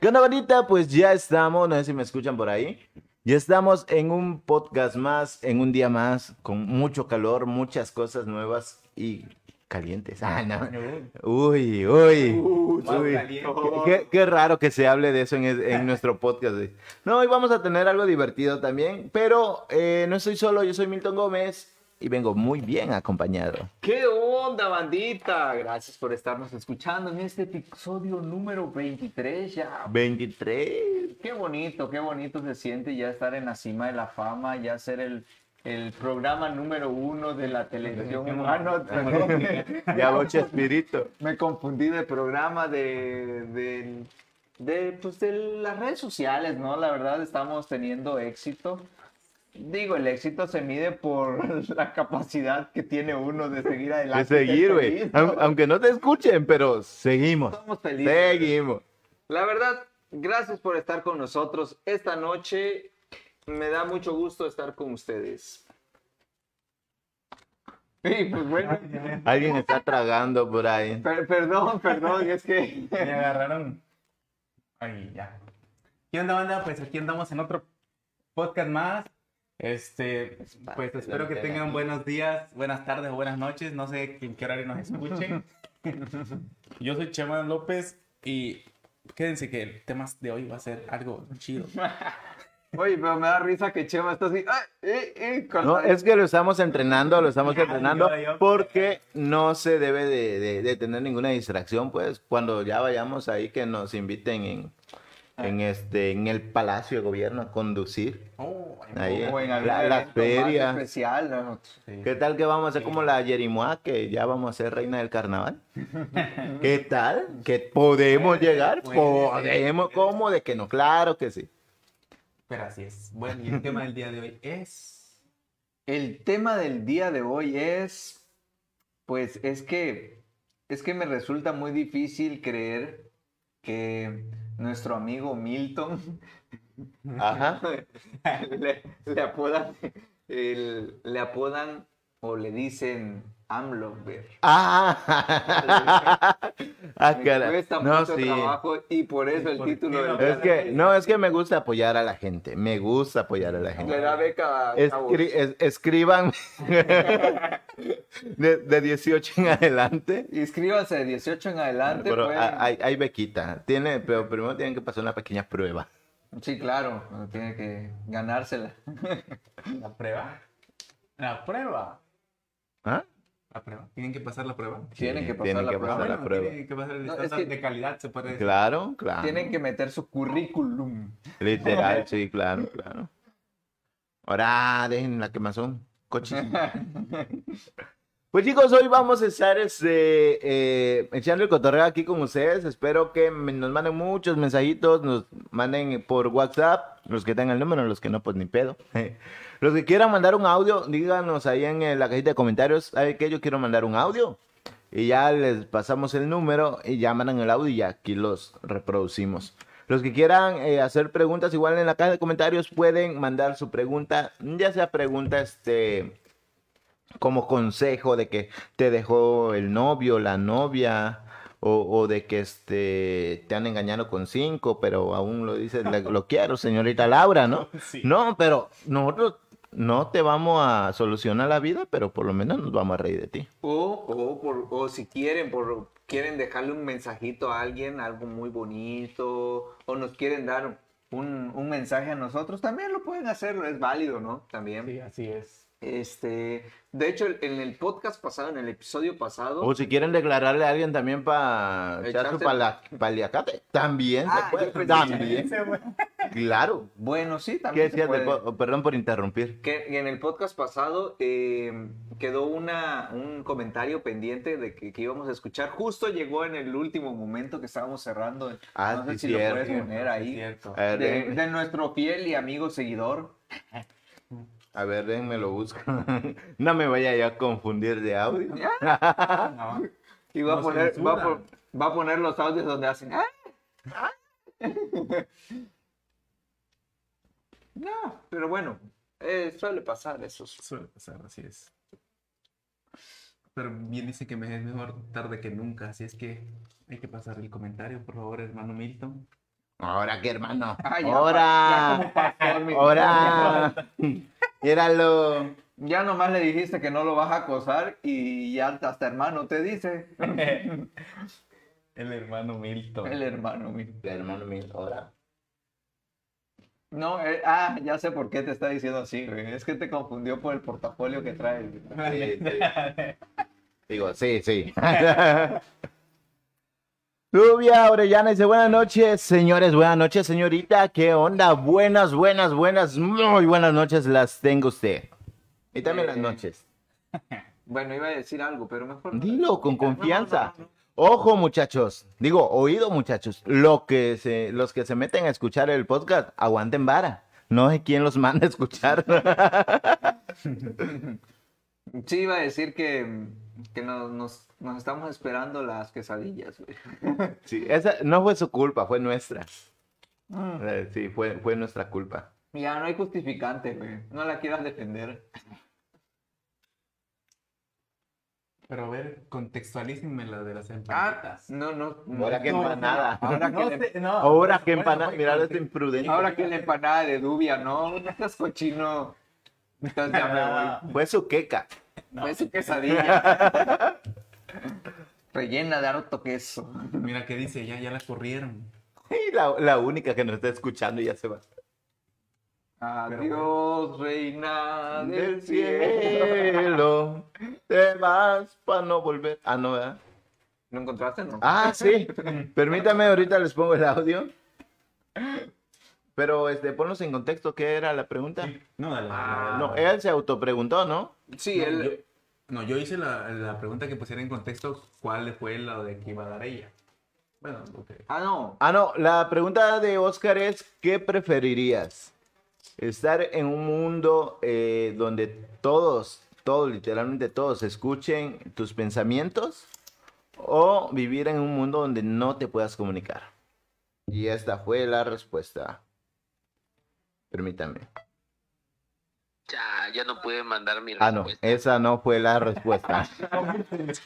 ¿Qué onda, bonita? Pues ya estamos, no sé si me escuchan por ahí. Ya estamos en un podcast más, en un día más, con mucho calor, muchas cosas nuevas y calientes. Ah, no. Uy, uy. uy. Qué, qué raro que se hable de eso en, es- en nuestro podcast. eh. No, hoy vamos a tener algo divertido también, pero eh, no estoy solo, yo soy Milton Gómez y vengo muy bien acompañado. ¿Qué onda, bandita? Gracias por estarnos escuchando en este episodio número 23 ya. 23. Qué bonito, qué bonito se siente ya estar en la cima de la fama, ya ser el, el programa número uno de la televisión humana. Ya boche espíritu. Me confundí de programa de, de, de, pues, de las redes sociales, ¿no? La verdad estamos teniendo éxito. Digo, el éxito se mide por la capacidad que tiene uno de seguir De adelante. seguir, güey. Seguir, Aun- ¿no? Aunque no te escuchen, pero seguimos. Estamos felices. Seguimos. La verdad, gracias por estar con nosotros esta noche. Me da mucho gusto estar con ustedes. Sí, pues bueno, Alguien está tragando por ahí. per- perdón, perdón, es que... Me agarraron. Ay, ya. ¿Qué onda, banda? Pues aquí andamos en otro podcast más. Este, pues espero que tengan buenos días, buenas tardes o buenas noches. No sé en qué horario nos escuchen. Yo soy Chema López y quédense que el tema de hoy va a ser algo chido. Oye, pero me da risa que Chema está así... ah, eh, eh, con No, la- es que lo estamos entrenando, lo estamos Ay, entrenando yo, yo. porque no se debe de, de- de tener ninguna distracción, pues cuando ya vayamos ahí que nos inviten en, en este en el Palacio de Gobierno a conducir. Oh, Ahí, o en algún la- las evento más ferias. especial, ¿no? sí. ¿Qué tal que vamos a hacer como la Yerimoa, que ya vamos a ser reina del carnaval? ¿Qué tal? ¿Que podemos llegar? Puede ser. Podemos, ¿cómo? De que no, claro que sí. Pero así es. Bueno, y el tema del día de hoy es... El tema del día de hoy es, pues es que, es que me resulta muy difícil creer que nuestro amigo Milton Ajá. le, le apodan, el- le apodan o le dicen Amlover. Ah, ah, Me cara. cuesta No, mucho sí. trabajo y por eso el ¿Por título qué del no? Es que, no, es que me gusta apoyar a la gente. Me gusta apoyar a la le gente. da beca a cabos. Escri- es- escriban de, de 18 en adelante. Inscríbanse de 18 en adelante. pues. Pero ah, pueden- hay, hay bequita. Tiene, pero primero tienen que pasar una pequeña prueba. Sí, claro, tiene que ganársela. La prueba. La prueba. ¿Ah? La prueba. Tienen que pasar la prueba. Tienen que pasar tienen la que prueba. pasar Ah, la bueno, prueba. Tiene que pasar el No, es estándar que- de calidad, se puede decir. Claro, claro. Tienen que meter su currículum. Literal, sí, claro, claro. Ahora dejen la quemazón. Coches. Pues chicos, hoy vamos a estar este, eh, echando el cotorreo aquí con ustedes. Espero que me- nos manden muchos mensajitos, nos manden por WhatsApp, los que tengan el número, los que no, pues ni pedo. Los que quieran mandar un audio, díganos ahí en eh, la cajita de comentarios, ¿sabe qué? Yo quiero mandar un audio. Y ya les pasamos el número y ya mandan el audio y ya aquí los reproducimos. Los que quieran eh, hacer preguntas, igual en la caja de comentarios pueden mandar su pregunta, ya sea pregunta este como consejo de que te dejó el novio, la novia, o, o de que este, te han engañado con cinco, pero aún lo dices, "La- lo quiero, señorita Laura, ¿no? Sí. No, pero nosotros no te vamos a solucionar la vida, pero por lo menos nos vamos a reír de ti. O, o, por, o si quieren, por, quieren dejarle un mensajito a alguien, algo muy bonito, o nos quieren dar un, un mensaje a nosotros, también lo pueden hacer, es válido, ¿no? También. Sí, así es. Este, de hecho, en el podcast pasado, en el episodio pasado, O si quieren declararle a alguien también para echar su Echarse- pala- paliacate, también se Ah, yo puede. pensé- También, claro. bueno, sí, ¿Qué también se decías del puede. po- Perdón por interrumpir. Que en el podcast pasado eh, quedó una, un comentario pendiente de que, que íbamos a escuchar. Justo llegó en el último momento que estábamos cerrando. Ah, no sé sí, si cierto. lo puedes poner Sí, ahí. cierto. A ver, De, déjenme- de nuestro fiel y amigo seguidor. A ver, déjenme lo busco. no me vaya yo a confundir de audio. Ah. No. Y va, a Nos poner, va, a, censuran. po- va a poner los audios donde hacen. "Ah, ah". no, pero bueno, eh, suele pasar eso. Suele pasar, así es. Pero bien dice que me es mejor tarde que nunca, así es que hay que pasar el comentario, por favor, hermano Milton. Ahora qué, hermano. Ah, ya, ya Ahora. como pastor, mi- Ahora. Míralo. Ya nomás le dijiste que no lo vas a acosar y ya hasta hermano te dice. El hermano Milton. El hermano, mi- Hermano mío, ahora. No, eh, ah, ya sé por qué te está diciendo así, güey. Es que te confundió por el portafolio que traes. Sí, güey. sí. Digo, sí, sí. Rubia Orellana dice, buenas noches, señores, buenas noches, señorita, ¿qué onda? Buenas, buenas, buenas, muy buenas noches las tengo usted. Y también las Eh, noches. Bueno, iba a decir algo, pero mejor. no. Dilo con No, no, no, confianza. no, no. Ojo, muchachos. Digo, oído, muchachos. Lo que se, los que se meten a escuchar el podcast, aguanten vara. No sé quién los manda a escuchar. Sí, iba a decir que, que nos, nos, nos estamos esperando las quesadillas, güey. Sí, esa no fue su culpa, fue nuestra. Eh, Sí, fue, fue nuestra culpa. Mm. Ya, no hay justificante, güey. No la quieras defender. Pero a ver, contextualícenme lo de las empanadas. Ah, No, no. no. Ahora que No, empanada. ahora que No le- sé, no, Ahora por que supuesto, empanada. güey, Mira, conte- este imprudente. Ahora que la empanada de dubia, no, no estás cochino. Entonces ya me voy. Fue su queca. Fue su quesadilla. Rellena de harto queso. Mira que dice, ya, ya la corrieron. Y la, la única que nos está escuchando ya se va. Adiós, reina Del del cielo. cielo. Te vas para no volver. Ah, no, ¿verdad? ¿No encontraste, no? Ah, sí. Permítame, ahorita les pongo el audio. Pero este, ponlos en contexto, ¿qué era la pregunta? No, dale. Ah, dale, No, dale. él se autopreguntó, ¿no? sí, No, él. yo- No, yo hice la, la pregunta que pusiera en contexto cuál fue la de que iba a dar ella. Bueno, ok. Ah, no. Ah, no, la pregunta de Oscar es, ¿qué preferirías? ¿Estar en un mundo eh, donde todos, todos, literalmente todos, escuchen tus pensamientos? ¿O vivir en un mundo donde no te puedas comunicar? Y esta fue la respuesta. Permítame. Ya, ya no pude mandar mi Ah, no, respuesta. esa no fue la respuesta.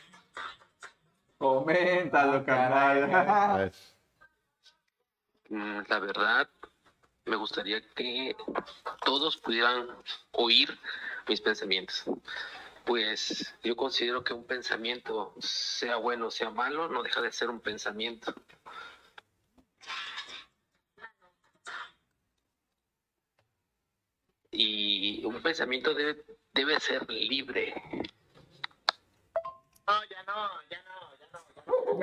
Coméntalo, carnal. A ver. Mm, La verdad, me gustaría que todos pudieran oír mis pensamientos. Pues yo considero que un pensamiento, sea bueno o sea malo, no deja de ser un pensamiento. Y un pensamiento debe, debe ser libre. No, ya no, ya no, ya no.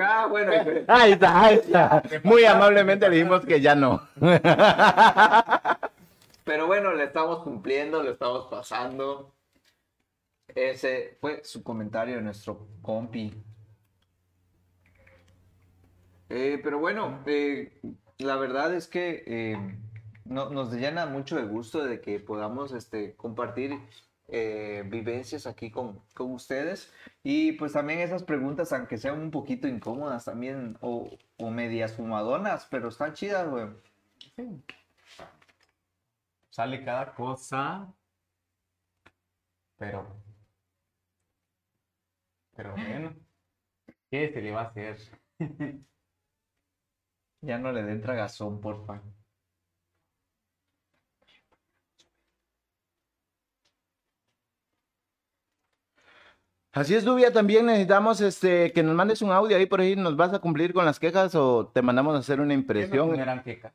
Ah, bueno. y- Ahí está, ahí está. Muy amablemente le dijimos que ya no. Pero bueno, le estamos cumpliendo, le estamos pasando. Ese fue su comentario de nuestro compi. Eh, pero bueno, eh, la verdad es que eh, no- nos llena mucho de gusto de que podamos este, compartir eh, vivencias aquí con, con ustedes. Y pues también esas preguntas, aunque sean un poquito incómodas también, o, o medias fumadonas, pero están chidas, güey. Sale cada cosa. Pero. Pero bueno. ¿Qué se le va a hacer? Ya no le den tragazón, porfa. Así es, Dubia, también necesitamos este, que nos mandes un audio ahí por ahí. ¿Nos vas a cumplir con las quejas o te mandamos a hacer una No impresión? eran quecas.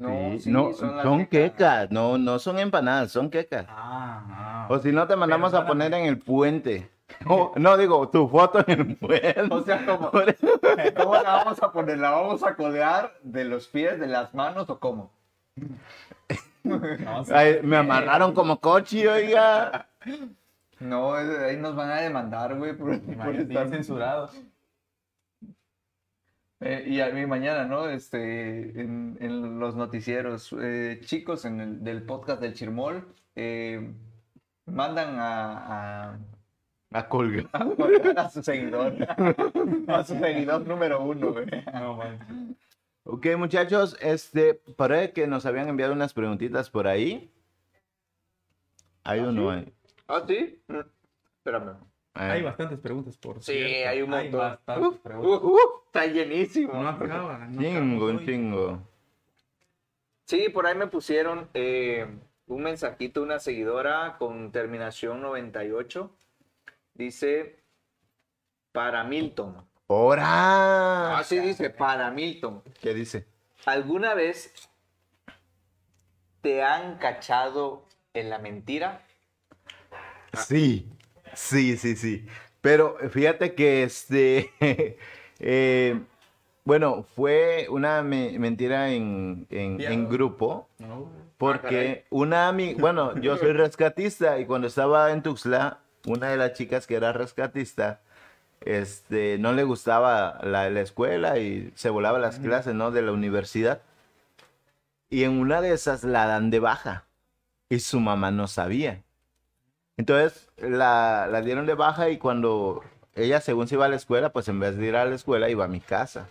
Sí, sí, no, las son quecas, no, no son empanadas, son quecas. Ah, O si no, te mandamos a Perdóname. poner en el puente. O- no, digo, tu foto en el O puente. sea, ¿cómo, ¿cómo la vamos a poner? ¿La vamos a codear de los pies, de las manos o cómo? no, sí. Ay, me amarraron como coche, oiga. No, es- ahí nos van a demandar, güey, por, por Imagínate, ya estar censurados. Eh, y a mí mañana, ¿no? Este, en, en los noticieros, eh, chicos en el, del podcast del Chirmol, eh, mandan a, a, A colgar. a colgar a su seguidor, a su seguidor número uno, güey. No, bueno. Ok, muchachos, este, parece que nos habían enviado unas preguntitas por ahí. Hay uno ahí. eh, ¿Ah, sí? Espérame. Hay bastantes preguntas, por Sí, cierto. hay un montón. bastantes Uh, preguntas. uh, está llenísimo. No acaba. no acaba Chingo, un hoy. chingo. Sí, por ahí me pusieron eh, un mensajito, una seguidora con terminación 98. Dice, para Milton. Ah, ¡Hora! Así dice, para Milton. ¿Qué dice? ¿Alguna vez te han cachado en la mentira? Sí, sí, sí, sí. Pero eh, fíjate que este. eh, bueno, fue una me- mentira en, en- en grupo. Ah, Porque una amiga, bueno, yo soy rescatista y cuando estaba en Tuxtla, una de las chicas que era rescatista, este, no le gustaba la, la escuela y se volaba las clases, ¿no? De la universidad. Y en una de esas la dan de baja y su mamá no sabía. Entonces la, la dieron de baja y cuando ella según se iba a la escuela, pues en vez de ir a la escuela iba a mi casa.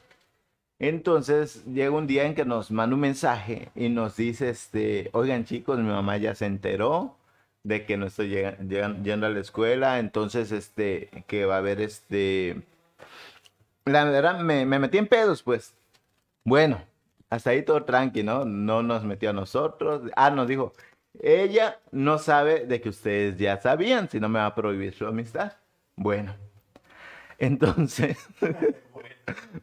Entonces llega un día en que nos manda un mensaje y nos dice, este, oigan chicos, mi mamá ya se enteró de que no estoy llega- llegan- yendo a la escuela, entonces, este, que va a haber, este, la verdad, me, me metí en pedos, pues. Bueno, hasta ahí todo tranqui, ¿no? No nos metió a nosotros. Ah, nos dijo, ella no sabe de que ustedes ya sabían, si no me va a prohibir su amistad. Bueno, entonces...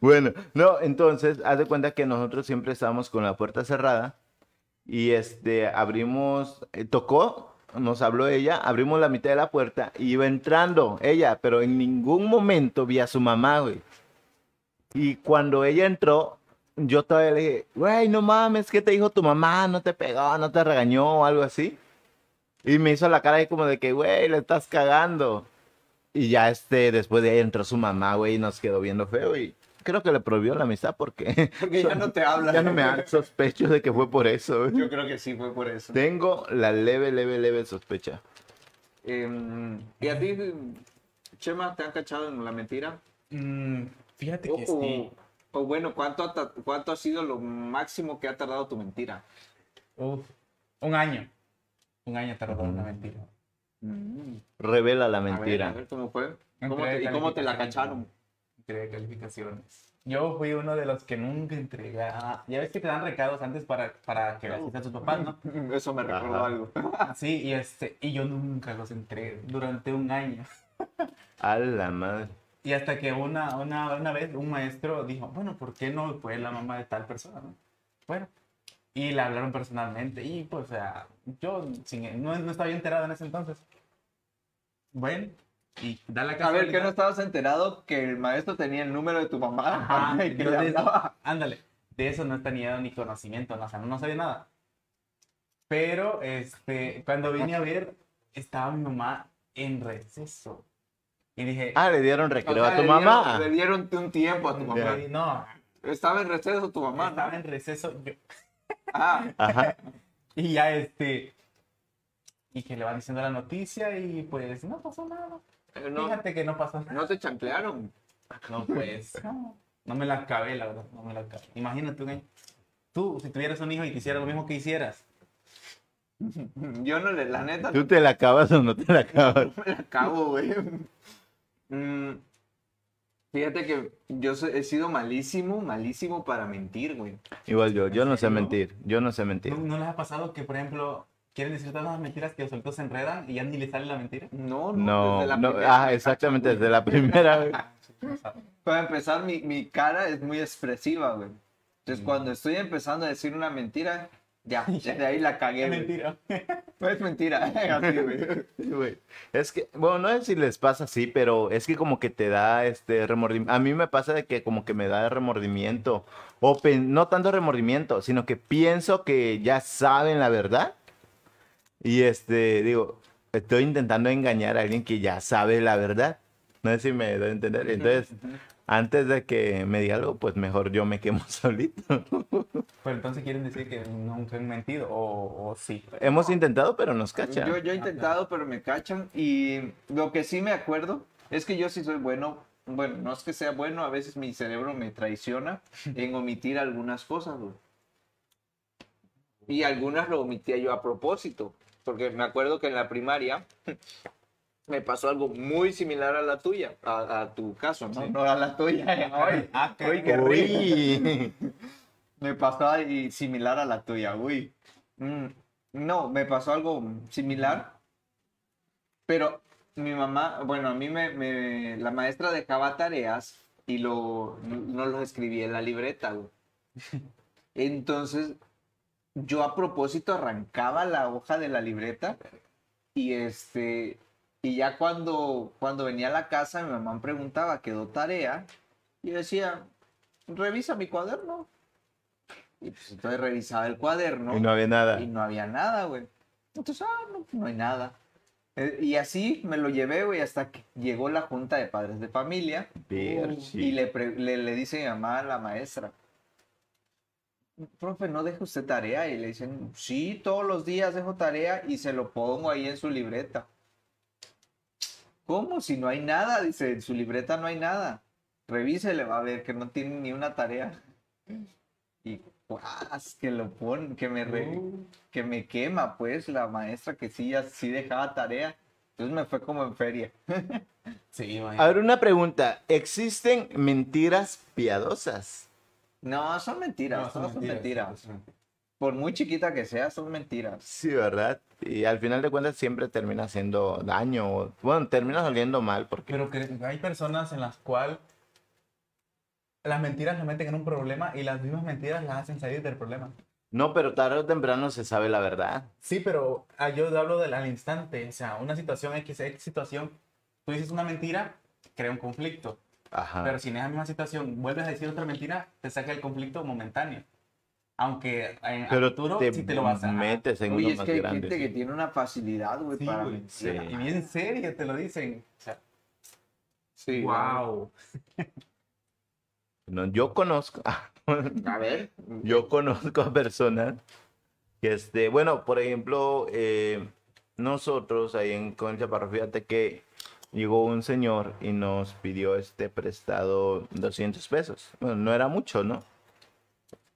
Bueno, no, entonces, haz de cuenta que nosotros siempre estábamos con la puerta cerrada y este, abrimos, eh, tocó, nos habló ella, abrimos la mitad de la puerta y iba entrando ella, pero en ningún momento vi a su mamá, güey. Y cuando ella entró, yo todavía le dije, güey, no mames, ¿qué te dijo tu mamá? ¿No te pegó? ¿No te regañó? O algo así. Y me hizo la cara ahí como de que, güey, le estás cagando. Y ya este, después de ahí entró su mamá, güey, y nos quedó viendo feo y creo que le prohibió la amistad porque Porque ya no te hablan. ya no me da sospecho de que fue por eso. güey. Yo creo que sí fue por eso. Tengo la leve, leve, leve sospecha. Eh, ¿Y a ti, Chema, te han cachado en la mentira? Mm, fíjate que O- sí. O Pues bueno, ¿cuánto ha, ta- ¿cuánto ha sido lo máximo que ha tardado tu mentira? Uf, un año. Un año tardó en la mentira. Revela la Mm, A ver, mentira. a ver ¿Cómo fue? Entre ¿Cómo te- ¿Y cómo te la calificaciones. cacharon? Entregué calificaciones. Yo fui uno de los que nunca entregaba. Ya ves que te dan recados antes para, para que veas a tus papás, ¿no? Eso me recordó Ajá. algo. Sí, y, este, y yo nunca los entregué durante un año. A la madre. Y hasta que una, una, una vez un maestro dijo, bueno, ¿por qué no fue la mamá de tal persona? no? Bueno, y le hablaron personalmente. Y pues, o sea, yo sin- no, no estaba yo enterado en ese entonces. Bueno, y da la A ver, ¿qué no casualidad- estabas enterado que el maestro tenía el número de tu mamá? Ajá, y que yo le de eso- hablaba. ándale, de eso no tenía ni conocimiento, no, o sea, no sabía nada. Pero, este, cuando vine a ver, estaba mi mamá en receso. Y dije, Ah, le dieron recreo O sea, a tu le mamá. dieron- Le dieron un tiempo a tu mamá. "Güey, no, Estaba en receso tu mamá, estaba ¿no? en receso. yo- Ah, Ajá. y ya, este, y que le van diciendo la noticia y pues no pasó nada. eh, no, Fíjate que no pasó nada. no te chanclearon. No, pues, no, no me la acabé, la verdad, no me la acabé. Imagínate, güey, tú, si tuvieras un hijo y te hiciera lo mismo que hicieras, Yo no le, la neta, ¿Tú te la acabas o no te la acabas? me la cago, güey. Mm, fíjate que yo so- he sido malísimo, malísimo para mentir, güey. Igual yo, yo no sé ¿En serio? mentir. Yo no sé mentir. ¿No, no les ha pasado que, por ejemplo, quieren decir todas las mentiras que los solitos se enredan y ya ni les sale la mentira? No, no, No, desde la no, primera ah, me exactamente, cacho, güey. desde la primera vez. Para empezar, mi, mi cara es muy expresiva, güey. Mm. Entonces, cuando estoy empezando a decir una mentira, ya, ya de ahí la cagué, Es güey. mentira. No es mentira, así, güey. Sí, güey. Es que, bueno, no sé si les pasa así, pero es que como que te da este remordimiento. A mí me pasa de que como que me da remordimiento. O pen- no tanto remordimiento, sino que pienso que ya saben la verdad. Y este, digo, estoy intentando engañar a alguien que ya sabe la verdad. No sé si me doy a entender. Entonces, antes de que me diga algo, pues mejor yo me quemo solito. Pero entonces quieren decir que nunca han mentido o, o sí. Hemos intentado, pero nos cacha. Yo, yo he intentado, pero me cachan. Y lo que sí me acuerdo es que yo sí soy bueno. Bueno, no es que sea bueno, a veces mi cerebro me traiciona en omitir algunas cosas, güey. Y algunas lo omitía yo a propósito. Porque me acuerdo que en la primaria me pasó algo muy similar a la tuya, a, a tu caso, ¿no? Sí. No a la tuya. Ay, ah, qué Oye, Uy. Me pasó y similar a la tuya, uy. Mm, no, me pasó algo similar. Pero mi mamá, bueno, a mí me, me- la maestra dejaba tareas y lo, no los escribía en la libreta, güey. Entonces, yo a propósito arrancaba la hoja de la libreta y este, y ya cuando, cuando venía a la casa, mi mamá me preguntaba, ¿quedó tarea? Y yo decía, revisa mi cuaderno. Y pues entonces revisaba el cuaderno Y no había nada. y no había nada, güey. Entonces, ah, no, pues, no hay nada. Eh, Y así me lo llevé, güey, hasta que llegó la junta de padres de familia Verchi. y le, pre- le, le dice mi mamá a la maestra, profe, ¿no deja usted tarea? Y le dicen, sí, todos los días dejo tarea y se lo pongo ahí en su libreta. ¿Cómo? Si no hay nada, dice, en su libreta no hay nada. Revísele, va a ver que no tiene ni una tarea. Y ¡guas! que lo pon, que me, re- que me quema, pues, la maestra que sí, ya- sí dejaba tarea. Entonces me fue como en feria. Sí, maje. A ver, una pregunta. ¿Existen mentiras piadosas? No, son mentiras, No, son todas son mentiras. son mentiras. Por muy chiquita que sea, son mentiras. Sí, ¿verdad? Y al final de cuentas siempre termina haciendo daño. o- Bueno, termina saliendo mal porque... Pero que hay personas en las cuales las mentiras las meten en un problema y las mismas mentiras las hacen salir del problema. No, pero tarde o temprano se sabe la verdad. Sí, pero ah, yo hablo del al instante. O sea, una situación X, X situación, tú dices una mentira, crea un conflicto. Ajá. Pero si en esa misma situación vuelves a decir otra mentira, te saca el conflicto momentáneo. Aunque en a Pero futuro te sí te lo vas a... metes en uno Oye, es más que hay grande. gente que tiene una facilidad, güey, Sí, para güey. Sí. mentir. Y bien serio te lo dicen. O sea, Sí, wow. No, yo conozco... A ver. Yo conozco a personas que, este, bueno, por ejemplo, eh, nosotros ahí en Concha Parro, fíjate que llegó un señor y nos pidió este prestado 200 pesos. Bueno, no era mucho, ¿no?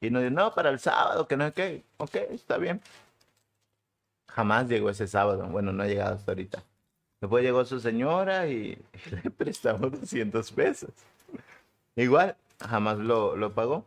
Y nos dijo, no, para el sábado, que no es que, ok, está bien. Jamás llegó ese sábado, bueno, no ha llegado hasta ahorita. Después llegó su señora y, le prestamos 200 pesos. Igual, jamás lo, lo pagó.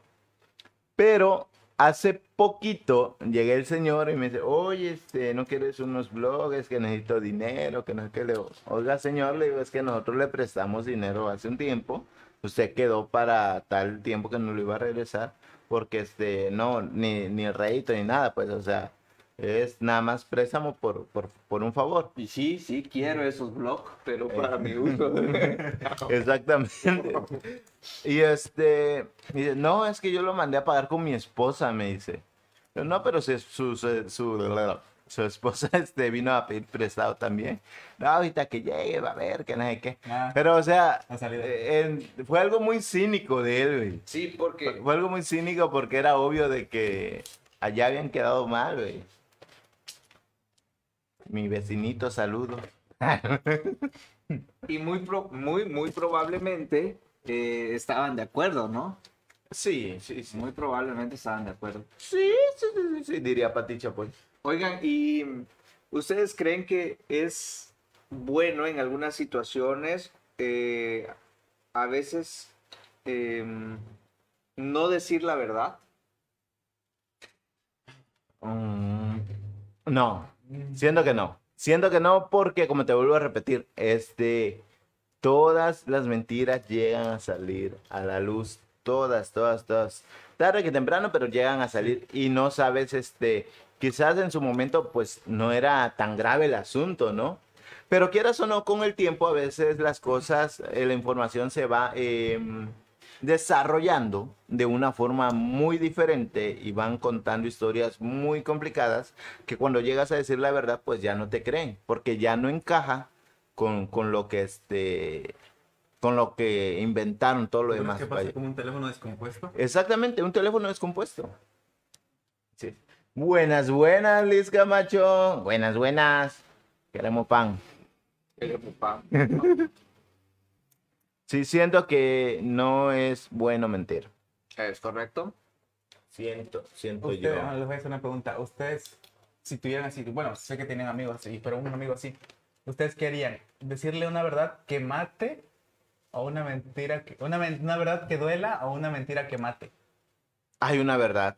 Pero hace poquito llegué el señor y me dice, oye, este, ¿no quieres unos blogs? Que necesito dinero, que no es que le... digo, Oiga, señor, le digo, es que nosotros le prestamos dinero hace un tiempo. Usted quedó para tal tiempo que no lo iba a regresar. Porque, este, no, ni, ni rédito ni nada, pues, o sea, es nada más préstamo por, por, por un favor. Y sí, sí, quiero esos blogs, pero Eh. para mi uso. Exactamente. Y este, y dice, no, es que yo lo mandé a pagar con mi esposa, me dice. Yo, no, pero si es su, su, su- su esposa este, vino a pedir prestado también. No, ahorita que llegue, va a ver, que no sé qué. Ah, Pero, o sea, Ha salido. eh, en- fue algo muy cínico de él, güey. Sí, porque Fue algo muy cínico porque era obvio de que allá habían quedado mal, güey. Mi vecinito, saludo. y muy pro- muy muy probablemente eh, estaban de acuerdo, ¿no? Sí, sí, sí. Muy probablemente estaban de acuerdo. Sí, sí, sí, sí, sí, diría pues. Pati Chapoy. Oigan, ¿y ustedes creen que es bueno en algunas situaciones eh, a veces em, no decir la verdad? Mm, no, siento que no. Siento que no porque, como te vuelvo a repetir, este, todas las mentiras llegan a salir a la luz. Todas, todas, todas. Tarde que temprano, pero llegan a salir y no sabes, este, quizás en su momento, pues no era tan grave el asunto, ¿no? Pero quieras o no, con el tiempo a veces las cosas, eh, la información se va em, desarrollando de una forma muy diferente y van contando historias muy complicadas que cuando llegas a decir la verdad, pues ya no te creen, porque ya no encaja con, con lo que este con lo que inventaron todo lo demás. ¿Qué pasa vaya. como un teléfono descompuesto? Exactamente, un teléfono descompuesto. Sí. Buenas, buenas, Liz Camacho. Buenas, buenas. Queremos pan. Sí, siento que no es bueno mentir. ¿Es correcto? Siento, siento Ustedes, ah, les voy a hacer una pregunta. Ustedes, si tuvieran así, bueno, sé que tienen amigos así, pero un amigo así, ¿ustedes querían decirle una verdad que mate o una mentira que, una, men- una verdad que duela o una mentira que mate? hay una verdad.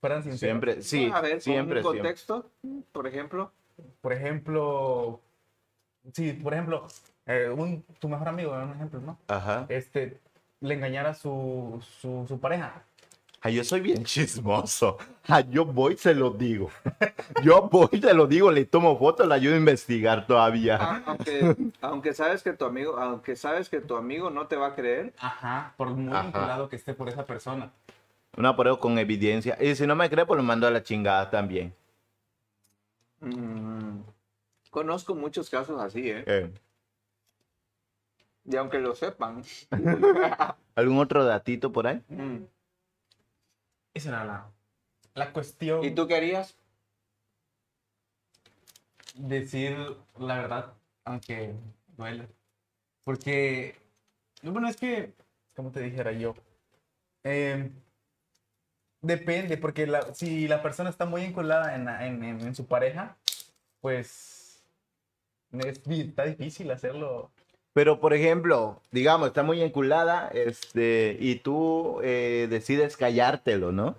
Fueran sinceros. Siempre, sí, a ver, siempre, con un siempre. contexto, por ejemplo. Por ejemplo, sí, por ejemplo, eh, un, tu mejor amigo, un ejemplo, ¿no? Ajá. Este, le engañara a su, su, su pareja. Ay, yo soy bien chismoso. Ay, yo voy, se lo digo. Yo voy, se lo digo, le tomo fotos, le ayudo a investigar todavía. Ah, aunque, aunque sabes que tu amigo, aunque sabes que tu amigo no te va a creer, Ajá, por muy Ajá. vinculado que esté por esa persona. Una prueba con evidencia. Y si no me cree, pues lo mando a la chingada también. mm, conozco muchos casos así, ¿eh? Eh, Y aunque lo sepan, ¿Algún otro datito por ahí? mm, Esa era la, la cuestión. ¿y tú qué harías? decir la verdad, aunque duele. Porque, bueno, es que, como te dijera yo, eh, depende, porque la- si la persona está muy encolada en, la- en- en- en su pareja, pues es di- está difícil hacerlo. Pero, por ejemplo, digamos, está muy enculada este, y tú eh, decides callártelo, ¿no?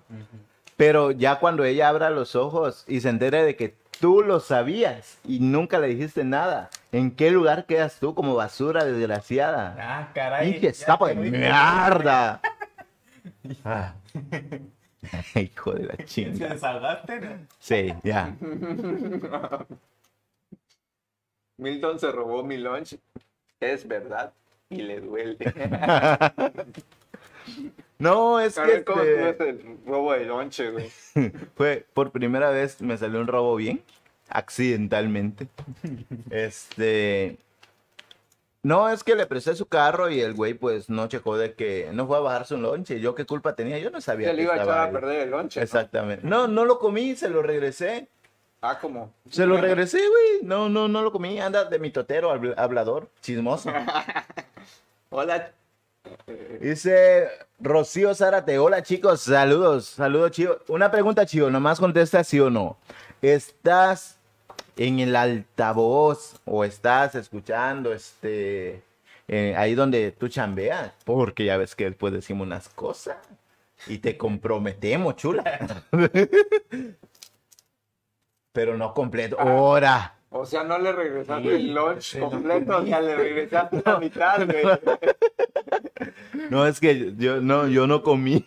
Pero ya cuando ella abra los ojos y se entere de que tú lo sabías y nunca le dijiste nada, ¿en qué lugar quedas tú como basura desgraciada? Ah, caray. ¡Pinche ya sapo de te vi. mierda! Ah. Hijo de la Te chinga. desahogaste, ¿no? Sí, ya. Milton se robó mi lunch. Es verdad. Y le duele. No, es que Cabrón, ¿cómo este, estuvo ese robo de lunch, güey? fue por primera vez me salió un robo bien, accidentalmente. Este. No, es que le presté su carro y el güey, pues, no checó de que no fue a bajar su lonche. Yo qué culpa tenía, yo no sabía. Se le que iba a estaba echar a ahí. perder el lunch. ¿no? Exactamente. No, no lo comí, se lo regresé. Ah, como. Se lo regresé, güey. No, no, no lo comí. Anda de mitotero, habl- hablador, chismoso. Hola. Dice Rocío Zárate. Hola, chicos. Saludos, saludos, Chío. Una pregunta, Chío. Nomás contesta sí o no. ¿Estás en el altavoz o estás escuchando este... eh, ahí donde tú chambeas? Porque ya ves que después decimos unas cosas y te comprometemos, chula. Pero no completo. ¡Hora! O sea, no le regresaste Sí, el lunch sí, lo completo, o sea, le regresaste la mitad, güey. No, es que yo no, yo no comí.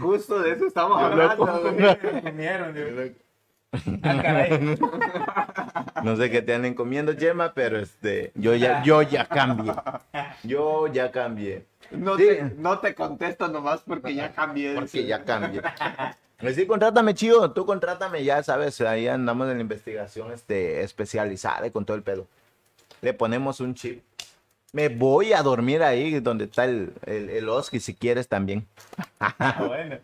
Justo de eso estamos Yo loco. hablando, güey. Me comieron, digo. Ah, caray. No sé qué te anden comiendo, Gemma, pero este, yo ya, yo ya cambié. Yo ya cambié. No, Sí. te, no te contesto nomás porque ya cambié. de- Porque ya cambié. Pues Sí, contrátame, chido. Tú contrátame, ya sabes. Ahí andamos en la investigación este, especializada y con todo el pedo. Le ponemos un chip. Me voy a dormir ahí donde está el, el, el Oski, si quieres también. Ah, bueno.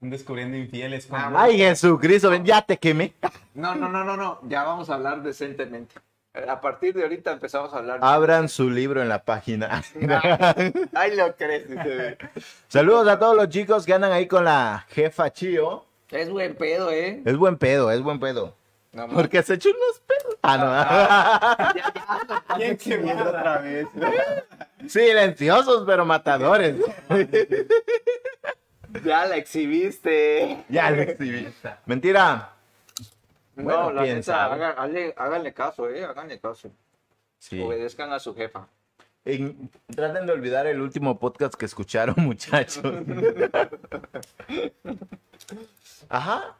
Descubriendo infieles. con- Ay, Jesucristo, ven, ya te quemé. No, no, no, no, no. Ya vamos a hablar decentemente. A partir de ahorita empezamos a hablar. Abran su libro en la página. Ay, lo crees, dice, güey. Saludos a todos los chicos que andan ahí con la jefa Chío. Es buen pedo, ¿eh? Es buen pedo, es buen pedo. No, mames. Porque se echó unos pedos. Ah, ¿Quién se mierda? otra vez. no. Silenciosos, pero matadores. Ya la exhibiste. ya lo exhibí. Mentira. Bueno, no, la quién neta, sabe. haga- háganle, háganle caso, ¿eh? Háganle caso. Sí. Obedezcan a su jefa. En- traten de olvidar el último podcast que escucharon, muchachos. Ajá.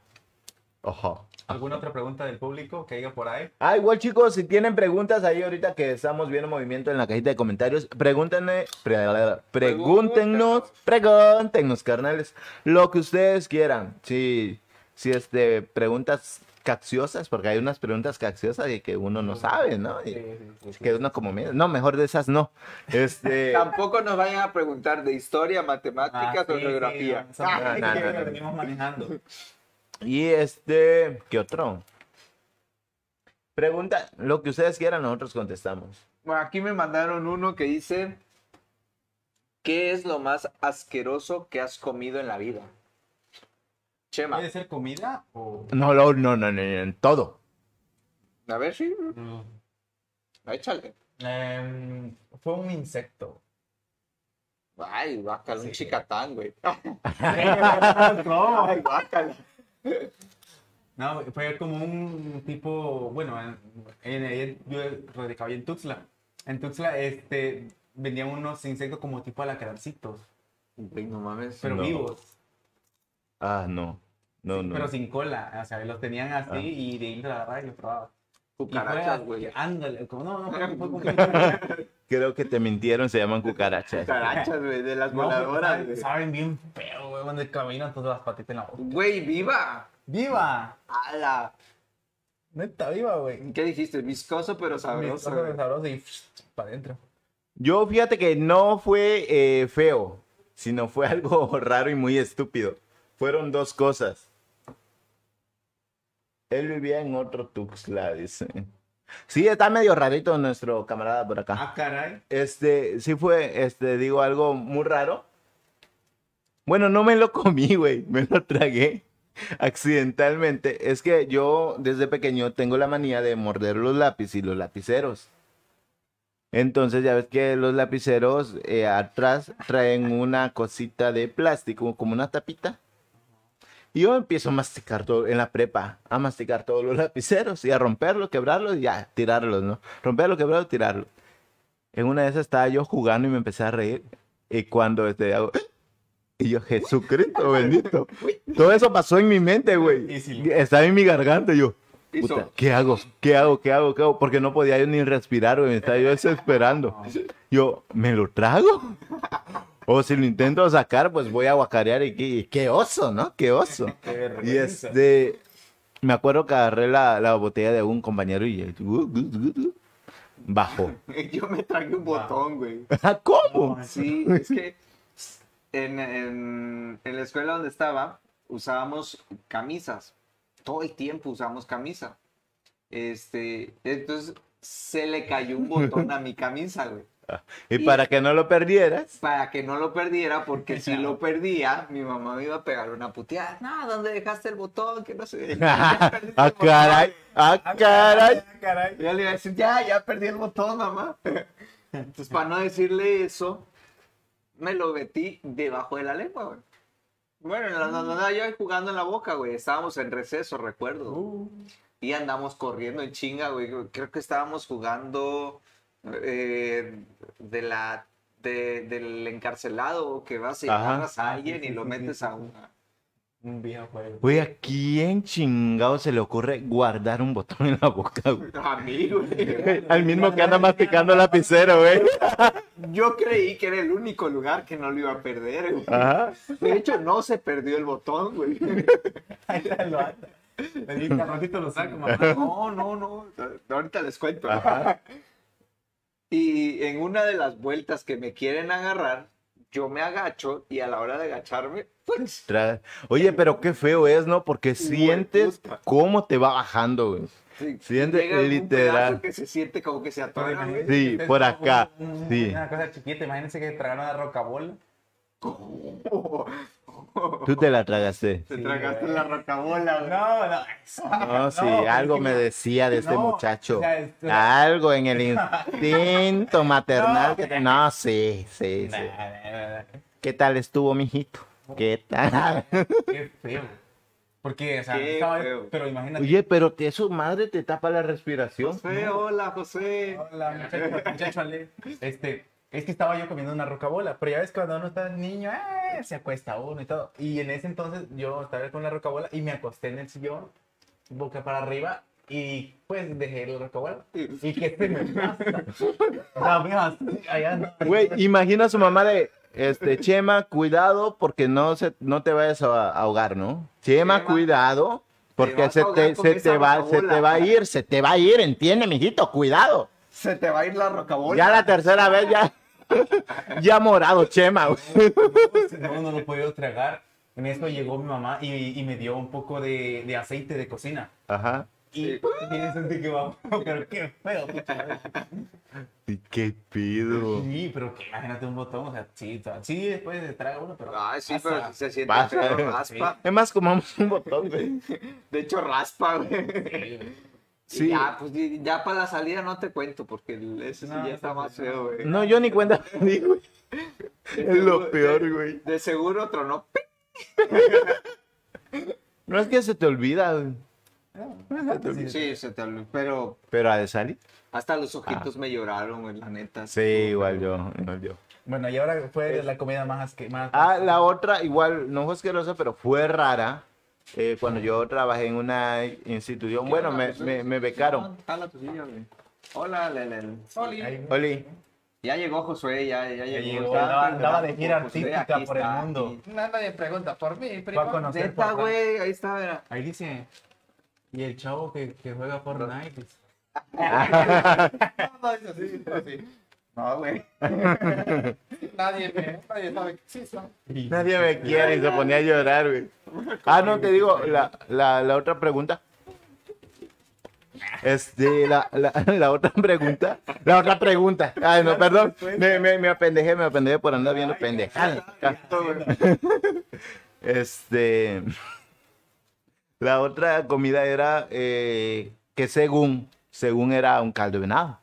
Ojo. ¿Alguna otra pregunta del público que diga por ahí? Ah, igual chicos, si tienen preguntas ahí ahorita que estamos viendo movimiento en la cajita de comentarios, pregúntenme, pre- pregúntenos, pregúntenos, carnales, lo que ustedes quieran. Si, si este, preguntas capciosas, porque hay unas preguntas capciosas y que uno no sabe, ¿no? Y que uno como, mira, no, mejor de esas no. Este, Tampoco nos vayan a preguntar de historia, matemáticas o geografía. Ah, Sí, no, Ah, no, no, que no, no. venimos manejando. y este, ¿qué otro? Pregunta, lo que ustedes quieran, nosotros contestamos. Bueno, aquí me mandaron uno que dice: ¿Qué es lo más asqueroso que has comido en la vida? Chema, ¿Puede ser comida o...? No, no, no, no, no, no, todo. a ver si. Mm, Échale. Em, fue un insecto. Ay, guácala, un Sí. chicatán, güey. ¿Cómo? Ay, guácala. No, fue como un tipo, bueno, en, en- yo radicaba ahí en Tuxtla. En Tuxtla este, vendían unos insectos como tipo alacrancitos, Güey, no mames. pero No. vivos, Ah, no. No, no. pero sin cola. O sea, los tenían así Ah. y de ahí lo agarraba y lo probaba. Y fue Cucarachas, así, güey. Ándale, como, no, no, fue, fue como- Creo que te mintieron, se llaman cucarachas. Cucarachas, güey, de las No, pero voladoras, pues, saben, güey. saben bien feo, güey, cuando caminan todas las patitas en la boca. Güey, viva. ¡Viva! ¡Hala! Neta, viva, güey. ¿Qué dijiste? Viscoso pero sabroso. güey. Sabroso y para adentro. Yo fíjate que no fue eh, feo, sino fue algo raro y muy estúpido. Fueron dos cosas. Él vivía en otro Tuxtla, dice. Sí, está medio rarito nuestro camarada por acá. Ah, caray. Este, sí fue, este, digo, algo muy raro. Bueno, no me lo comí, güey, me lo tragué accidentalmente. Es que yo desde pequeño tengo la manía de morder los lápices y los lapiceros. Entonces ya ves que los lapiceros eh, atrás traen una cosita de plástico, como una tapita. Y yo empiezo a masticar todo en la prepa, a masticar todos los lapiceros y a romperlos, quebrarlos y ya, tirarlos, ¿no? Romperlos, quebrarlos, tirarlos. En una de esas estaba yo jugando y me empecé a reír. Y cuando este hago. Y yo, Jesucristo bendito. Todo eso pasó en mi mente, güey. Y si- Estaba en mi garganta y yo. Hizo- Puta, ¿qué hago? ¿Qué hago? ¿Qué hago? ¿Qué hago? Porque no podía yo ni respirar, güey. Me estaba yo desesperando. Yo, ¿me lo trago? O si lo intento sacar, pues voy a guacarear y qué, qué oso, ¿no? Qué oso. Qué Y vergüenza. este, me acuerdo que agarré la, la botella de un compañero y eh, gu- gu- gu- gu- bajó. Yo me tragué un Wow. botón, güey. Ah, ¿Cómo? Sí, es que en, en- en la escuela donde estaba usábamos camisas. Todo el tiempo usábamos camisa. Este, entonces se le cayó un botón a mi camisa, güey. Y para que no lo perdieras, Para que no lo perdiera, porque si lo perdía, mi mamá me iba a pegar una puteada. No, ¿dónde dejaste el botón? Que no sé. Ya perdiste el ah, botón. caray, ah, caray. Ah, caray. Ya le iba a decir, ya, ya perdí el botón, mamá. Entonces, para no decirle eso, me lo metí debajo de la lengua, güey. Bueno, no, no, no, no, yo ahí jugando en la boca, güey. Estábamos en receso, recuerdo. Uh, Y andamos corriendo en chinga, güey. Creo que estábamos jugando eh, de la, de- del encarcelado, que vas y Ajá. agarras a Ah, alguien sí, y sí, lo sí, metes sí, a sí. una. un viejo juego. Güey, ¿a quién chingado se le ocurre guardar un botón en la boca, güey? A mí, güey. Al mismo que anda masticando lapicero, güey. Yo creí que era el único lugar que no lo iba a perder, güey. Ajá. De hecho, no se perdió el botón, güey. Ahí está, lo anda. Vení, al ratito lo saco, mamá. No, no, no. Ahorita les cuento. Y en una de las vueltas que me quieren agarrar, yo me agacho y a la hora de agacharme, pues, Tra- Oye, pero qué feo es, ¿no? Porque sientes puta. cómo te va bajando, güey. sí, Siente llega un literal. pedazo que se siente como que se Pero atora, imagínate güey. Sí, que estés por como acá, un- sí. Una cosa chiquita, imagínense que tragaron una rocabola. Tú te la tragaste. Te Sí, tragaste güey. la rocabola, No, güey. no, eso. No, sí, pero algo es que me no. decía de este No, muchacho. o sea, es- o sea- Algo en el instinto maternal. que te- No, sí, sí, Nah, sí. nah, nah, nah. ¿Qué tal estuvo, mijito? ¿Qué tal? Qué feo. Porque, o sea, Qué estaba- feo. pero imagínate. Oye, pero te, su madre te tapa la respiración. José, hola, José. Hola, muchacho, muchacho Ale. Este, es que estaba yo comiendo una rocabola, pero ya ves cuando uno está niño, ¡ah! se acuesta uno y todo. Y en ese entonces yo estaba con la rocabola y me acosté en el sillón, boca para arriba, y pues dejé la rocabola. Y que se me pasa. La veo así, allá anda. Güey, imagina a su mamá de, este, Chema, cuidado porque no, se, no te vayas a a ahogar, ¿no? Chema, Chema, cuidado porque vas a se ahogar te, con se esa te va, se rocabola. te va a ir, se te va a ir, entiende, mijito, cuidado. Se te va a ir la Ya rocabola. la tercera vez, ya, ya morado, Chema, güey. No, no lo podía tragar. En eso llegó mi mamá y, y me dio un poco de, de aceite de cocina. Ajá. Y tiene sentido que va, pero qué feo. pucha. ¿Y qué pido? Sí, pero que imagínate un botón, o sea, sí, o sea, sí después se traga uno, pero. Ay, sí, pasa. pero se siente Pasa. feo, raspa. Es más, comamos un botón, güey. De hecho, raspa, güey. Sí, güey. Sí. Sí. Ya, pues y- ya para la salida no te cuento, porque el- ese sí No, ya está no, más no. feo, güey. No, yo ni cuenta me di, güey. Es lo peor, güey. De seguro tronó. No es que se te olvida, güey. Ah, pues, Sí, se te olvidó. Pero Pero ha de salir. hasta los ojitos me lloraron, güey, la neta. Ah. Sí, igual yo, igual yo. Bueno, y ahora fue la comida más asquerosa. Ah, la otra, igual, no fue asquerosa, pero fue rara. eh, cuando yo trabajé en una institución, bueno, me, me, me becaron. Jala tu silla, güey. Hola, Lelel. Oli, Ya llegó Josué, ya, ya llegó. llegó, Ya andaba- esperando andaba de gira por Josué, artística aquí por el está, mundo. aquí. Nadie pregunta por mí, Fue a primo. conocer Neta, por- güey, ahí está, verá. Ahí dice. Y el chavo que, que juega Fortnite. pues. No, no, dice así, así. No, güey. Nadie, me- nadie sabe que existo. nadie me quiere y se ponía a llorar, güey. Ah, no, te digo, la, la, la otra pregunta. Este, la, la, la otra pregunta. La otra pregunta. Ay, no, perdón. Me, me, me apendejé, me apendejé por andar viendo pendejadas. Este. La otra comida era eh, que según, según era un caldo de venado,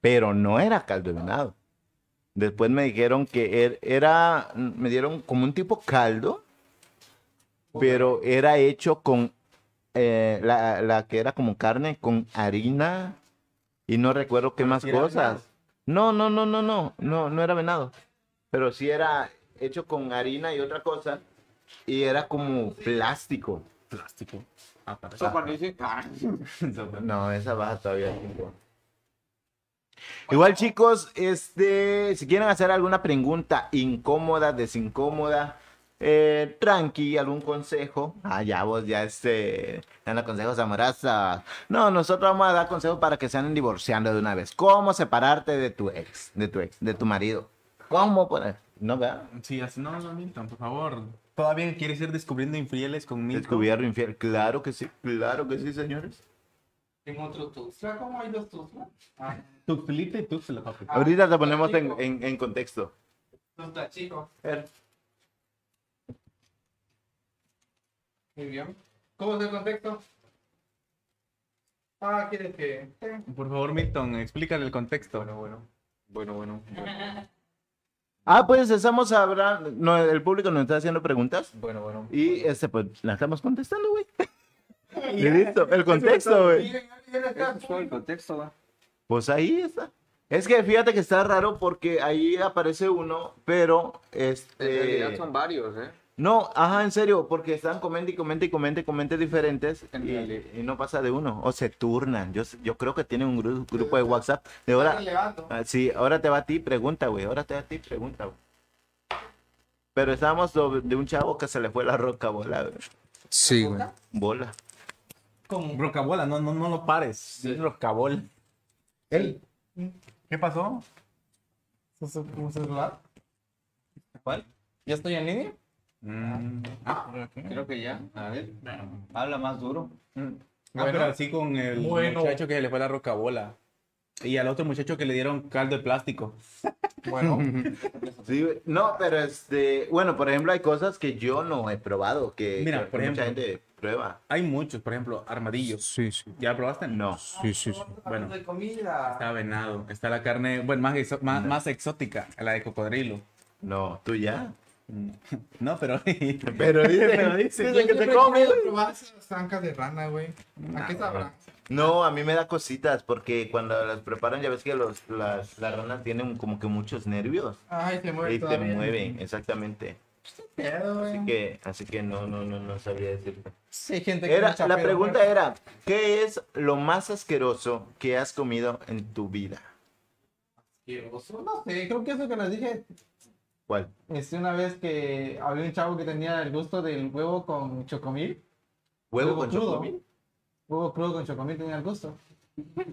pero no era caldo de venado. Después me dijeron que er- era, me dieron como un tipo caldo, pero era hecho con eh, la, la que era como carne, con harina y no recuerdo qué más si era venado. cosas. No, no, no, no, no, no, no era venado, pero sí era hecho con harina y otra cosa y era como plástico. Plástico. Ah, para Eso cuando dice, "Ah". No, esa baja todavía hay tiempo. Igual chicos, este, si quieren hacer alguna pregunta incómoda, desincómoda, eh, tranqui, algún consejo, ah, ya vos ya este, dan los consejos amorosa. No, nosotros vamos a dar consejos para que se anden divorciando de una vez. ¿Cómo separarte de tu ex, de tu ex, de tu marido? ¿Cómo poner? No, ¿verdad? Sí, así no, no, Milton, por favor. ¿Todavía quieres ir descubriendo infieles con Milton? Descubierto infiel, claro que sí, claro que sí, señores. En otro Tuxtla, ¿cómo hay dos Tuxtla? Ah, Tuxlita y Tuxla, papi. Ah, Ahorita te ponemos en, chico. en- en contexto. Tuxtla chico. Muy bien. ¿Cómo es el contexto? Ah, ¿quieres que...? Por favor, Milton, explícale el contexto. Bueno, bueno. Ah, pues estamos hablando, no, el público nos está haciendo preguntas Bueno, bueno. y este, pues las estamos contestando, güey. Y listo, el contexto, güey. Miren, miren acá, Eso fue el contexto, va. Pues ahí está. Es que fíjate que está raro porque ahí aparece uno, pero En realidad este... son varios, ¿eh? No, ajá, en serio, porque están comenta y comenta y comenta y comenta diferentes En realidad. y, y no pasa de uno, o se turnan. Yo, sé- yo creo que tienen un gru- grupo de WhatsApp de ahora... están levando. Ah, Sí, ahora te va a ti, pregunta, güey. Ahora te va a ti, pregunta, güey. Pero estábamos sobre- de un chavo que se le fue la roca bola, güey. Sí, güey. Bola. Con... Rocabola, no, no, no lo pares. Es Rocabola. Ey. ¿Qué pasó? ¿Su- su- su celular? ¿Cuál? ¿Ya estoy en línea? ah, Creo que ya. A ver. Habla más duro. Ah, pero así con el Bueno. muchacho que le fue la rocabola. Y al otro muchacho que le dieron caldo de plástico. Bueno, Sí, güey. No, pero este. Bueno, por ejemplo, hay cosas que yo no he probado. Que, Mira, que por mucha ejemplo. gente prueba. Hay muchos, por ejemplo, armadillos. Sí, sí. ¿Ya probaste? No. Sí, sí, sí. Bueno. de comida. Está venado. Está la carne, bueno, más, exo- más, más exótica, la de cocodrilo. No, tú ya. No, pero... Pero dice, Yo que te siempre come. quiero probar esas zancas de rana, güey. ¿A qué sabrán? No, a mí me da cositas porque cuando las preparan, ya ves que los, las, las ranas tienen como que muchos nervios. Ay, se mueve Y te todavía. mueven, exactamente. Pedo, güey. Así que, así que no, no, no, no sabría decirte. Sí, hay gente que Era, mucha la pedo, pregunta güey. era, ¿qué es lo más asqueroso que has comido en tu vida? Asqueroso, pues, No sé, creo que eso que les dije ¿Cuál? es una vez que había un chavo que tenía el gusto del huevo con chocomil. ¿Huevo con crudo. chocomil? Huevo crudo con chocomil tenía el gusto.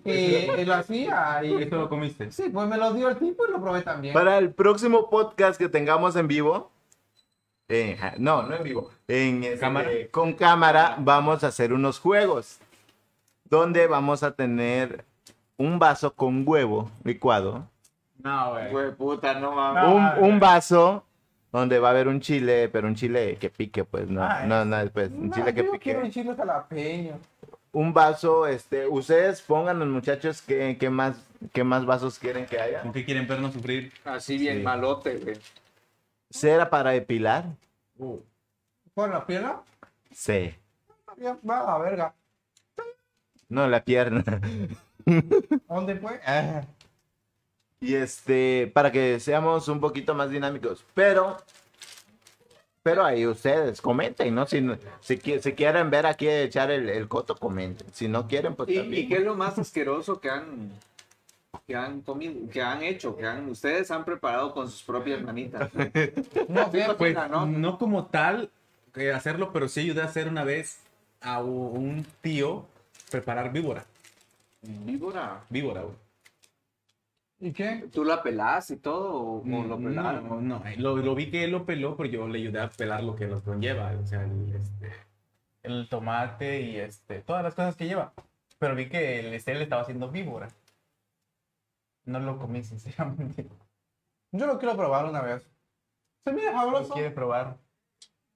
Y él lo hacía y... ¿Esto lo comiste? Sí, pues me lo dio el tipo y lo probé también. Para el próximo podcast que tengamos en vivo, eh, ja- no, no en vivo, en este, Cámara. con cámara vamos a hacer unos juegos donde vamos a tener un vaso con huevo licuado, No, güey. Güey, puta, no mames. un, Ah, un vaso donde va a haber un chile, pero un chile que pique, pues no, Ah, no, no, pues un No, chile que yo pique. quiero un chile jalapeño. un vaso, este, ustedes pongan los muchachos qué, qué más, qué más vasos quieren que haya. ¿Con qué quieren vernos sufrir? Así bien Sí. malote, güey. ¿Cera para depilar? Uh. ¿Con la pierna? Sí. Ya, Va a la verga. No, la pierna. ¿A dónde fue? Ah, Y este, para que seamos un poquito más dinámicos. Pero, pero ahí ustedes comenten, ¿no? Si, si, qui- si quieren ver aquí echar el, el coto, comenten. Si no quieren, pues ¿Y, también. y qué es lo más asqueroso que han, que han comido, que han hecho, que han, ustedes han preparado con sus propias manitas? No, fíjate, Pues ¿no? no, como tal eh, hacerlo, pero sí ayudé a hacer una vez a u- un tío preparar víbora. Víbora. Víbora, güey. ¿Y qué? ¿Tú la pelás y todo o, o lo pelaron? Mm, No, no, eh, lo, lo vi que él lo peló, pero yo le ayudé a pelar lo que nos conlleva. O sea, el, este, el tomate y este, todas las cosas que lleva. Pero vi que el, este, él estaba haciendo víbora. No lo comí, sinceramente. Yo lo quiero probar una vez. Se mira Lo sabroso. quiere probar.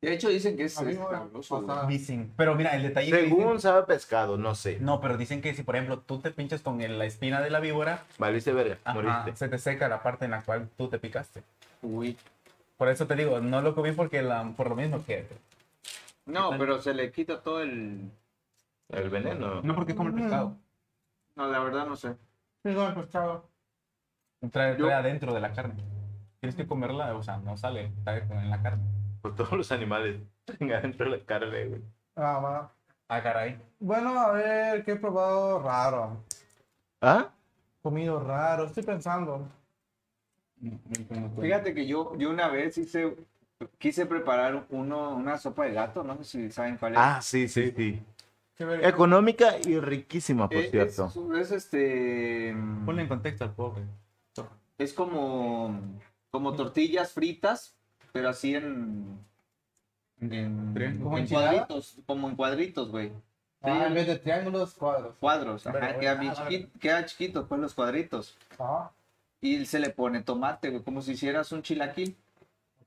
De hecho dicen que es, es Amigo, sabroso, güey. pasada. Dicen. Pero mira, el detalle que Según dicen- sabe pescado, no sé. No, pero dicen que si, por ejemplo, tú te pinchas con el- la espina de la víbora, Valiste verga, Ajá, moriste. se te seca la parte en la cual tú te picaste. Uy. Por eso te digo, no lo comí porque la, por lo mismo que... No, pero se le quita todo el... El veneno. No porque es como el pescado. No, la verdad no sé. Perdón, pescado. Trae, Yo- trae adentro de la carne. Tienes que comerla, o sea, no sale, trae con- en la carne. Por todos los animales. Venga, dentro de la carne, güey. Ah, va. Ah, caray. Bueno, a ver, ¿qué he probado raro? ¿Ah? Comido raro, estoy pensando. Fíjate que yo, yo una vez hice, quise preparar uno, una sopa de gato, no sé si saben cuál es. Ah, sí, sí, sí. Qué verga. Económica y riquísima, por Es- cierto. Eh, Es, es, este... Ponle en contexto al pobre. Es como, como tortillas fritas, pero así en... en Triángulo. como en ¿Enchilada? cuadritos, como en cuadritos, güey. Ah, en vez de triángulos, cuadros. Cuadros, ajá, Pero, queda ah, bien vale. chiquito, queda chiquito, pues los cuadritos. Ajá, Y se le pone tomate, güey, como si hicieras un chilaquil,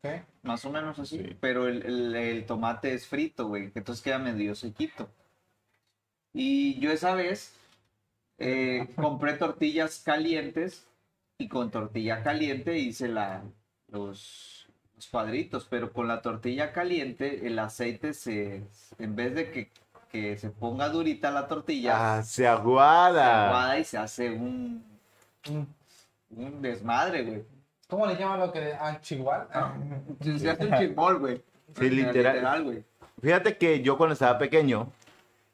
ok. más o menos así. Sí. Pero el, el- el tomate es frito, güey, entonces queda medio sequito. Y yo esa vez eh, compré tortillas calientes y con tortilla caliente hice la, los, los cuadritos, pero con la tortilla caliente el aceite se, en vez de que, que se ponga durita la tortilla, Ah, se se aguada. aguada y se hace un, Mm. un desmadre, güey. ¿Cómo le llaman lo que le ah, anchigual? Se se hace un chismol, güey. Sí, literal. güey. Fíjate que yo cuando estaba pequeño,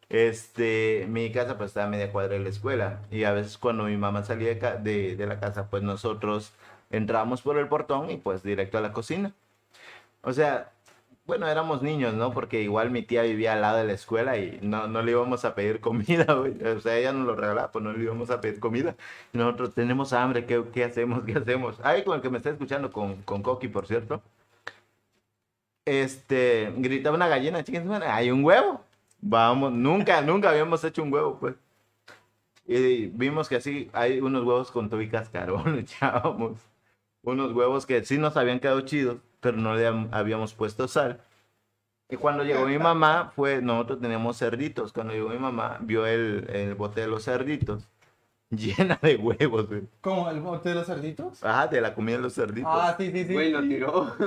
este, mi casa pues estaba a media cuadra de la escuela y a veces cuando mi mamá salía de, ca- de- de la casa, pues nosotros entrábamos por el portón y pues directo a la cocina. O sea, bueno, éramos niños, ¿no? Porque igual mi tía vivía al lado de la escuela y no, no le íbamos a pedir comida, güey. O sea, ella nos lo regalaba, pues no le íbamos a pedir comida. Y nosotros tenemos hambre, ¿qué, qué hacemos? ¿Qué hacemos? Ay, con el que me está escuchando, con, con Coqui, por cierto este, gritaba una gallina, chicas, madre, hay un huevo. Vamos, nunca, nunca habíamos hecho un huevo, pues. Y vimos que así hay unos huevos con todo y cascarón, echábamos. Unos huevos que sí nos habían quedado chidos, pero no le hab- habíamos puesto sal. Y cuando llegó mi mamá, fue, nosotros teníamos cerditos. Cuando llegó mi mamá, vio el, el bote de los cerditos llena de huevos, güey. ¿Cómo? ¿El bote de los cerditos? Ajá, de la comida de los cerditos. Ah, sí, sí, sí. Güey, lo tiró.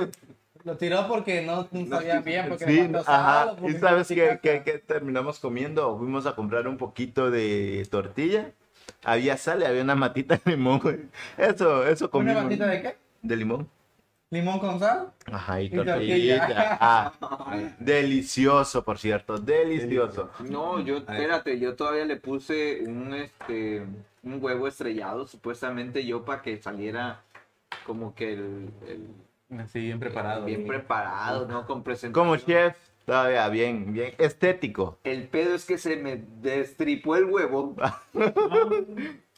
Lo tiró porque no, no sabía bien, porque le Sí, faltó sal ajá. o ¿Y porque sabes no qué, picaca. qué- qué terminamos comiendo? Fuimos a comprar un poquito de tortilla. Había sal y había una matita de limón, güey. Eso, eso ¿Una comimos. bandita de qué? De limón. ¿Limón con sal? Ajá, y Y tortilla. tortillita. Ah, delicioso, por cierto. Delicioso. No, yo, espérate, yo todavía le puse un, este, un huevo estrellado, supuestamente yo, para que saliera como que el, el- Así bien preparado. bien preparado, ¿no? Con presentación. Como chef, todavía bien, bien estético. El pedo es que se me destripó el huevo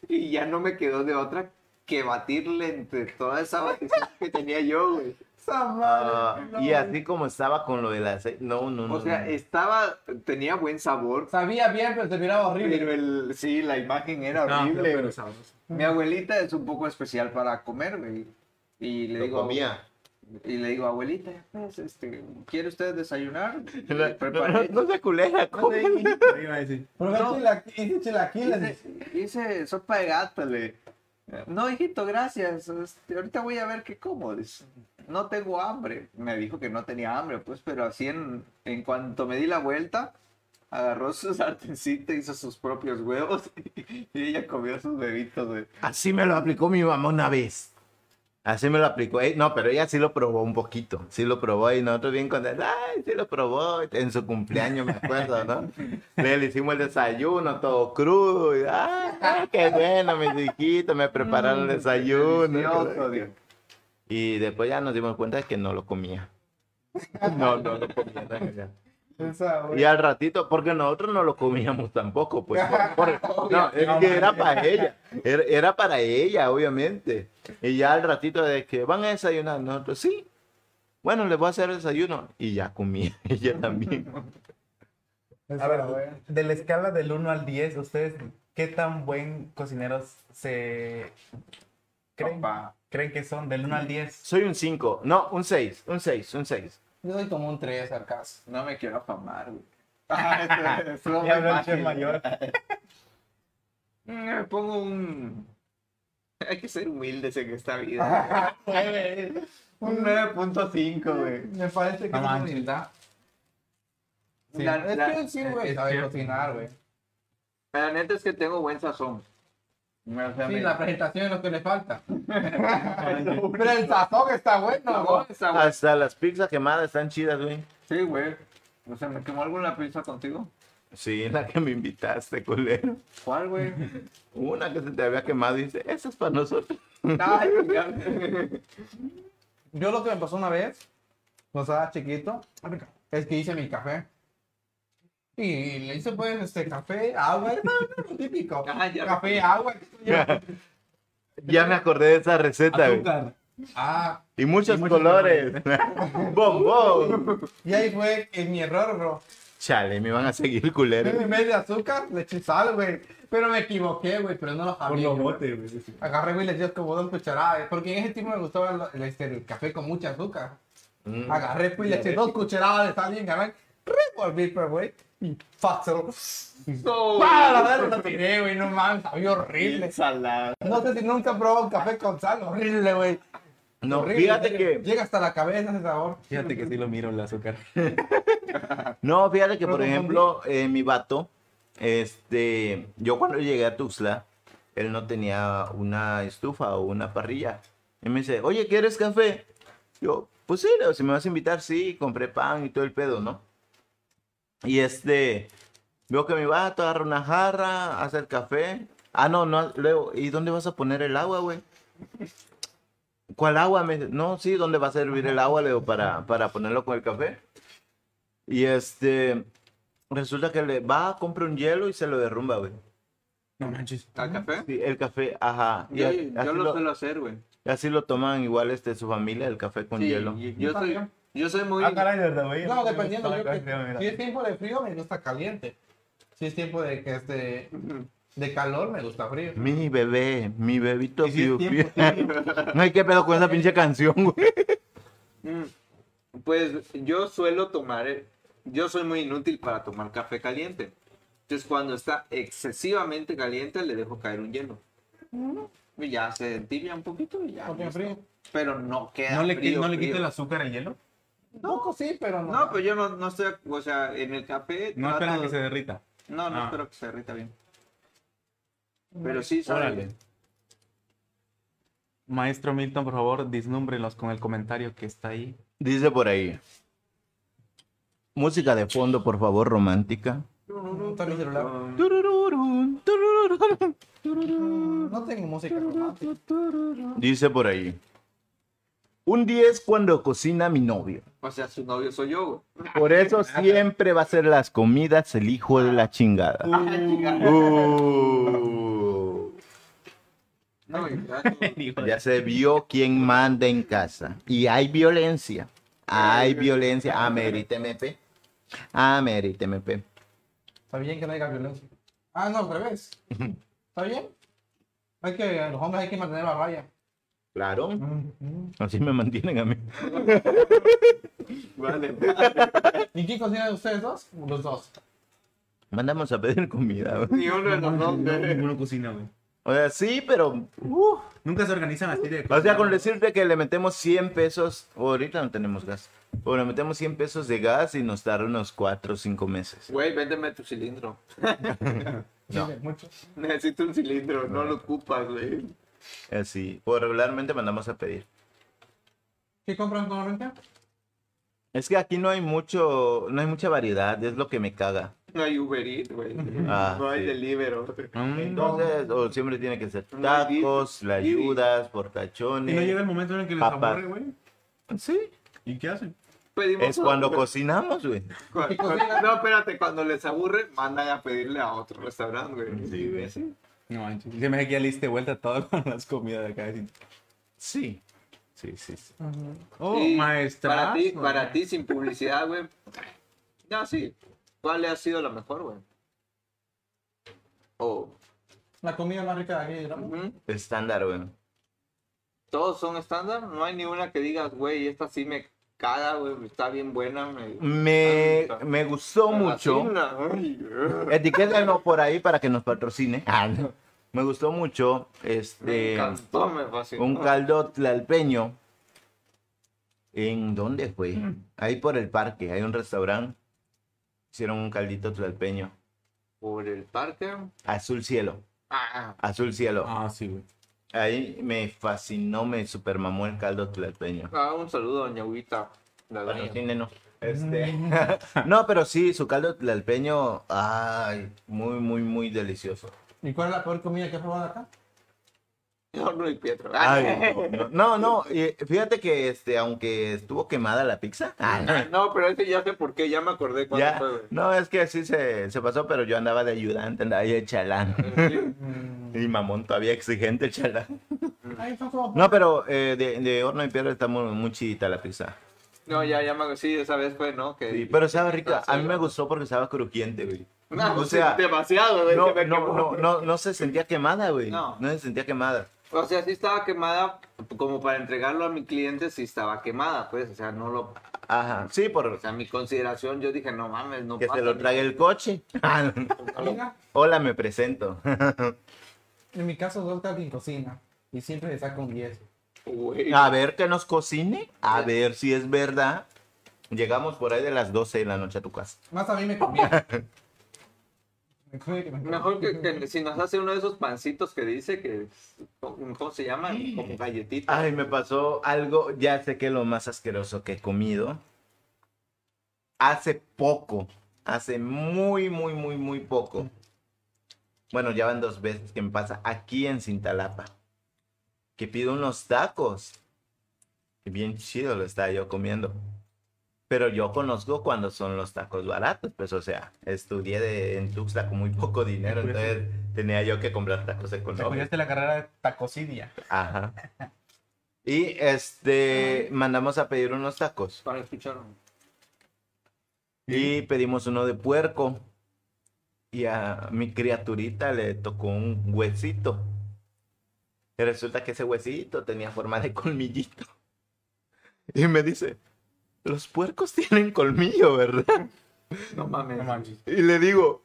y ya no me quedó de otra que batirle entre toda esa batición que tenía yo, güey. ¡Esa Ah, madre! No, y así como estaba con lo del aceite. No, no, no. O sea, este, no. estaba, tenía buen sabor, Sabía bien, pero se miraba Pero horrible. el, sí, la imagen era horrible. güey. Mi abuelita es un poco especial para comer, güey. Y le Lo digo, comía. y le digo, abuelita, pues, este, ¿quiere usted desayunar? Le No, no, preparé. no se culera, come. Probé No. chilaquiles, hice chilaquiles. Hice, hice sopa de gato, le. No, hijito, gracias. este, ahorita voy a ver qué como. dice. no tengo hambre. Me dijo que no tenía hambre, pues, pero así en, en cuanto me di la vuelta, agarró su sartencita, hizo sus propios huevos y, ella comió sus huevitos, güey. Así me lo aplicó mi mamá una vez. Así me lo aplicó. Eh, no, pero ella sí lo probó un poquito. Sí lo probó y nosotros bien contentos. Ay, sí lo probó. En su cumpleaños, me acuerdo, ¿no? Le, le hicimos el desayuno todo crudo. y, ay, ay, qué bueno, mis hijitos. Me prepararon el Delicioso, desayuno. güey. Y después ya nos dimos cuenta de que no lo comía. No, no lo comía. realmente. Esa, güey. Y al ratito, porque nosotros no lo comíamos tampoco, pues. por- por- no, es que era para ella. Era, era para ella, obviamente. Y ya al ratito de que van a desayunar, nosotros sí. Bueno, les voy a hacer el desayuno. Y ya comía ella también. Esa, A ver, güey. de la escala del 1 al 10, ¿ustedes qué tan buen cocineros se creen, Papá. creen que son? Del 1 al 10. Soy un 5. No, un 6. Un 6, un 6. Yo soy como un 3 al caso. No me quiero afamar, güey. Ah, eso- eso Ya habló el es chef mayor. Le Mm, pongo un... Hay que ser humildes en esta vida. un 9.5, güey. Me parece que No es manches. humildad. Sí. La- es La- eh, que sí, güey, es sabe cierto. cocinar, güey. La neta es que tengo buen sazón. O sea, Sí, me- la presentación es lo que le falta. Pero el sazón está bueno, sabor, güey. sabor. Hasta las pizzas quemadas están chidas, güey. Sí, güey. O sea, ¿me quemó alguna pizza contigo? Sí, la que me invitaste, culero. ¿Cuál, güey? Una que se te había quemado y dice, esa es para nosotros. Ay, ya. Yo lo que me pasó una vez, cuando estaba chiquito, es que hice mi café. Y le hice pues este café, agua, no, no, lo típico. Ah, ya café, agua. qué sé yo. Ya me acordé de esa receta, güey. Azúcar. Ah, Y muchos, Y muchos colores. Bombón. y ahí fue que mi error, bro. Chale, me van a seguir Yo culero. En vez de azúcar, le eché sal, güey. Pero me equivoqué, güey, pero no lo sabía. Por los güey. botes, güey. Agarré, güey, le eché como dos cucharadas, güey, porque en ese tiempo me gustaba el- el, este, el café con mucha azúcar. Mm. Agarré, pues, le eché dos cucharadas de sal y engané. Revolví, pues, güey. Y pájaro. No. ¡Pah! La verdad lo tiré, güey, no mames, sabía horrible. Ensalada. No sé si nunca he probado un café con sal, horrible, güey. No, Horrible, fíjate que, horrible. Llega hasta la cabeza ese sabor. Fíjate que sí lo miro el azúcar. no, fíjate que, Pero por confundí. ejemplo, eh, mi vato, este, yo cuando llegué a Tuxtla, él no tenía una estufa o una parrilla. Y me dice, oye, ¿quieres café? Yo, pues sí, Leo, si me vas a invitar, sí, compré pan y todo el pedo, ¿no? Y este, veo que mi vato agarra una jarra, hace el café. Ah, no, no, Leo, ¿y dónde vas a poner el agua, güey? ¿Cuál agua? Me dice, no, sí, ¿dónde va a servir el agua, Leo, para, para ponerlo con el café? Y este, resulta que le va, compra un hielo y se lo derrumba, güey. No manches. ¿Al café? Sí, el café, ajá. Y Yo, a- así, yo lo lo, suelo hacer, güey. así lo toman igual este, su familia, el café con Sí, hielo. y- Yo Yo soy, también. yo soy muy... Ah, caray, verdad, güey. No, dependiendo. Estaba yo acá, que- mira, mira. si es tiempo de frío, me gusta caliente. Si es tiempo de que este de calor, me gusta frío. Mi bebé, mi bebito Y si es piu, tiempo, piu. No hay que pedo con esa pinche canción, güey. Mm. Pues yo suelo tomar... eh, Yo soy muy inútil para tomar café caliente. Entonces cuando está excesivamente caliente le dejo caer un hielo. Y ya se entibia un poquito y ya. Mm. Porque listo. frío. Pero no queda ¿No le, qui- frío, ¿no le frío. quito el azúcar al hielo? Un poco sí, pero no. No, pues yo no, no estoy... O sea, en el café... Ah, No trato- esperas a que se derrita. No, no Ah. espero que se derrita bien. Pero sí, soy- Órale. Maestro Milton, por favor, disnúmbrenos con el comentario que está ahí. Dice por ahí. Música de fondo, por favor, romántica. Está mi celular. Um, Turururun, turururun, turururun, No tengo música romántica. turururun. Dice por ahí. Un 10 cuando cocina mi novio. O sea, su novio soy yo, güey. Por eso siempre va a ser las comidas el hijo de la chingada. Ah, chingada. Uh. No, exacto. Ya se vio quién manda en casa. Y hay violencia. Hay violencia. Amerite MP. Amerite MP. Está bien que no haya violencia. Ah, no, al revés. ¿Está bien? Hay que, los hombres hay que mantener la raya. Claro. Así me mantienen a mí. Vale. ¿Y quién cocina de ustedes dos? Los dos. Mandamos a pedir comida. güey. Ni uno de los dos. güey. cocina, güey. O sea, sí, pero. uh, Nunca se organizan así de o sea, con decirte que le metemos 100 pesos. ahorita no tenemos gas. O le metemos 100 pesos de gas y nos tarda unos 4 o 5 meses. Güey, véndeme tu cilindro. No. Chile, mucho. Necesito un cilindro, no lo ocupas, güey. Así. Por Eh, pues, regularmente mandamos a pedir. ¿Qué compran normalmente? Es que aquí no hay mucho. No hay mucha variedad. Es lo que me caga. No hay Uber Eats, güey. Ah, no hay sí. Deliveroo. Mm. Entonces, o siempre tiene que ser Mm, No hay Didi. tacos, la Didi. ayudas, Y no llega portachones. el momento en el que les Papas. aburre, güey. Sí. ¿Y qué hacen? Pedimos Es cuando otro. cocinamos, güey. Cu- ¿Y cu- cocinan? No, espérate, cuando les aburre, mandan a pedirle a otro restaurante, güey. Sí, güey. No manches. Se me hace que ya le diste vuelta todo con las comidas de acá. así. Sí. Sí, sí, sí. Oh, Y maestra. Para ti, para ti, sin publicidad, güey. No, sí. ¿Cuál ha sido la mejor, güey? Oh. La comida más rica de aquí, ¿no? ujú. Estándar, güey. Todos son estándar. No hay ni una que digas, güey, esta sí me caga, güey. Está bien buena. Me, Me, Ah, me gustó me mucho. fascina. Ay, güey. Etiquétanos por ahí para que nos patrocine. Ah, no. Me gustó mucho Me este encantó, me fascinó. un caldo tlalpeño. ¿En dónde fue? Ahí por el parque, hay un restaurante. Hicieron un caldito tlalpeño. Por el parque. Azul cielo, Ah, azul cielo. Ah, sí, güey. Ahí me fascinó, me supermamó el caldo tlalpeño. ah, un saludo, doña Huguita. La doña. Patrocínenos. Este. no, pero sí, su caldo tlalpeño, ay, muy, muy, muy delicioso. ¿Y cuál es la peor comida que has probado acá? Horno y Pietro. Ah, Ay, no, no, no, eh, fíjate que este, aunque estuvo quemada la pizza, ah, no, No, pero ese ya sé por qué, ya me acordé cuándo ya, fue, güey. no, es que así se, se pasó, pero yo andaba de ayudante, andaba ahí de chalán. Sí. Mm. Y mamón todavía exigente el chalán. Ahí son como... No, pero eh, de, de horno y piedra está muy, muy chidita la pizza. No, ya, ya me acordé. Sí, esa vez fue, ¿no? Que... Sí, pero estaba rica, a mí me gustó porque estaba crujiente, güey. Ah, No, O sí, sea, demasiado, güey. no, se me no, quemó. no, no, no se sentía quemada, güey. No. No. se sentía quemada. O sea, sí estaba quemada, como para entregarlo a mi cliente, sí estaba quemada, pues. O sea, no lo. Ajá, sí, O por sea, mi consideración, yo dije, no mames, no que pasa. se lo trague el coche. Ah, no. Mira, Hola, me presento. en mi caso es Oscar quien cocina y siempre le saca un 10. Güey. A ver que nos cocine, a ver si es verdad. Llegamos por ahí de las 12 de la noche a tu casa. Más a mí me comía. Me comía que me comía. Mejor que, que si nos hace uno de esos pancitos que dice que. ¿Cómo cómo se llama? Como galletitas. Ay, me pasó algo, ya sé que es lo más asqueroso que he comido. Hace poco, hace muy, muy, muy, muy poco. Bueno, ya van dos veces que me pasa aquí en Cintalapa. Que pido unos tacos. Y bien chido lo estaba yo comiendo. Pero yo conozco cuando son los tacos baratos. Pues, o sea, estudié de- en Tuxtla con muy poco dinero. Pues sí. Entonces tenía yo que comprar tacos Te económicos. apoyaste la carrera de tacosidia. Ajá. Y este mandamos a pedir unos tacos. Para escucharlo. Y pedimos uno de puerco. Y a mi criaturita le tocó un huesito. Y resulta que ese huesito tenía forma de colmillito. Y me dice, los puercos tienen colmillo, ¿verdad? No mames. No manches. Y le digo,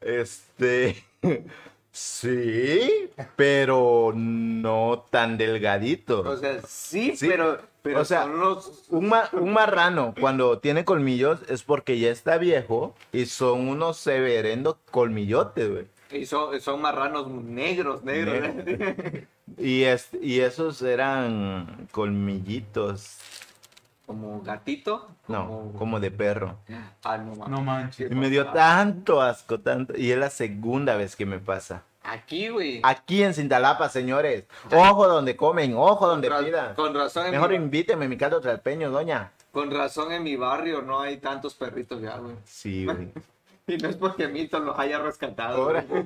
este, sí, pero no tan delgadito. O sea, sí, Sí, pero. Pero o sea, son los. Un, ma- un marrano cuando tiene colmillos es porque ya está viejo y son unos severendos colmillotes, güey. Y son, son marranos negros, negros. ¿eh? Y, es- y esos eran colmillitos, como gatito. no, como de perro. Ah, no, mames. No manches. Y me dio tanto asco, tanto. Y es la segunda vez que me pasa. Aquí, güey. Aquí en Cintalapa, señores. Ojo donde comen, ojo donde Ra- pidan. Con razón, en Mejor mi, invíteme mi caldo tralpeño, doña. con razón en mi barrio no hay tantos perritos ya, güey. Sí, güey. Y no es porque Mito los haya rescatado. Ahora. güey.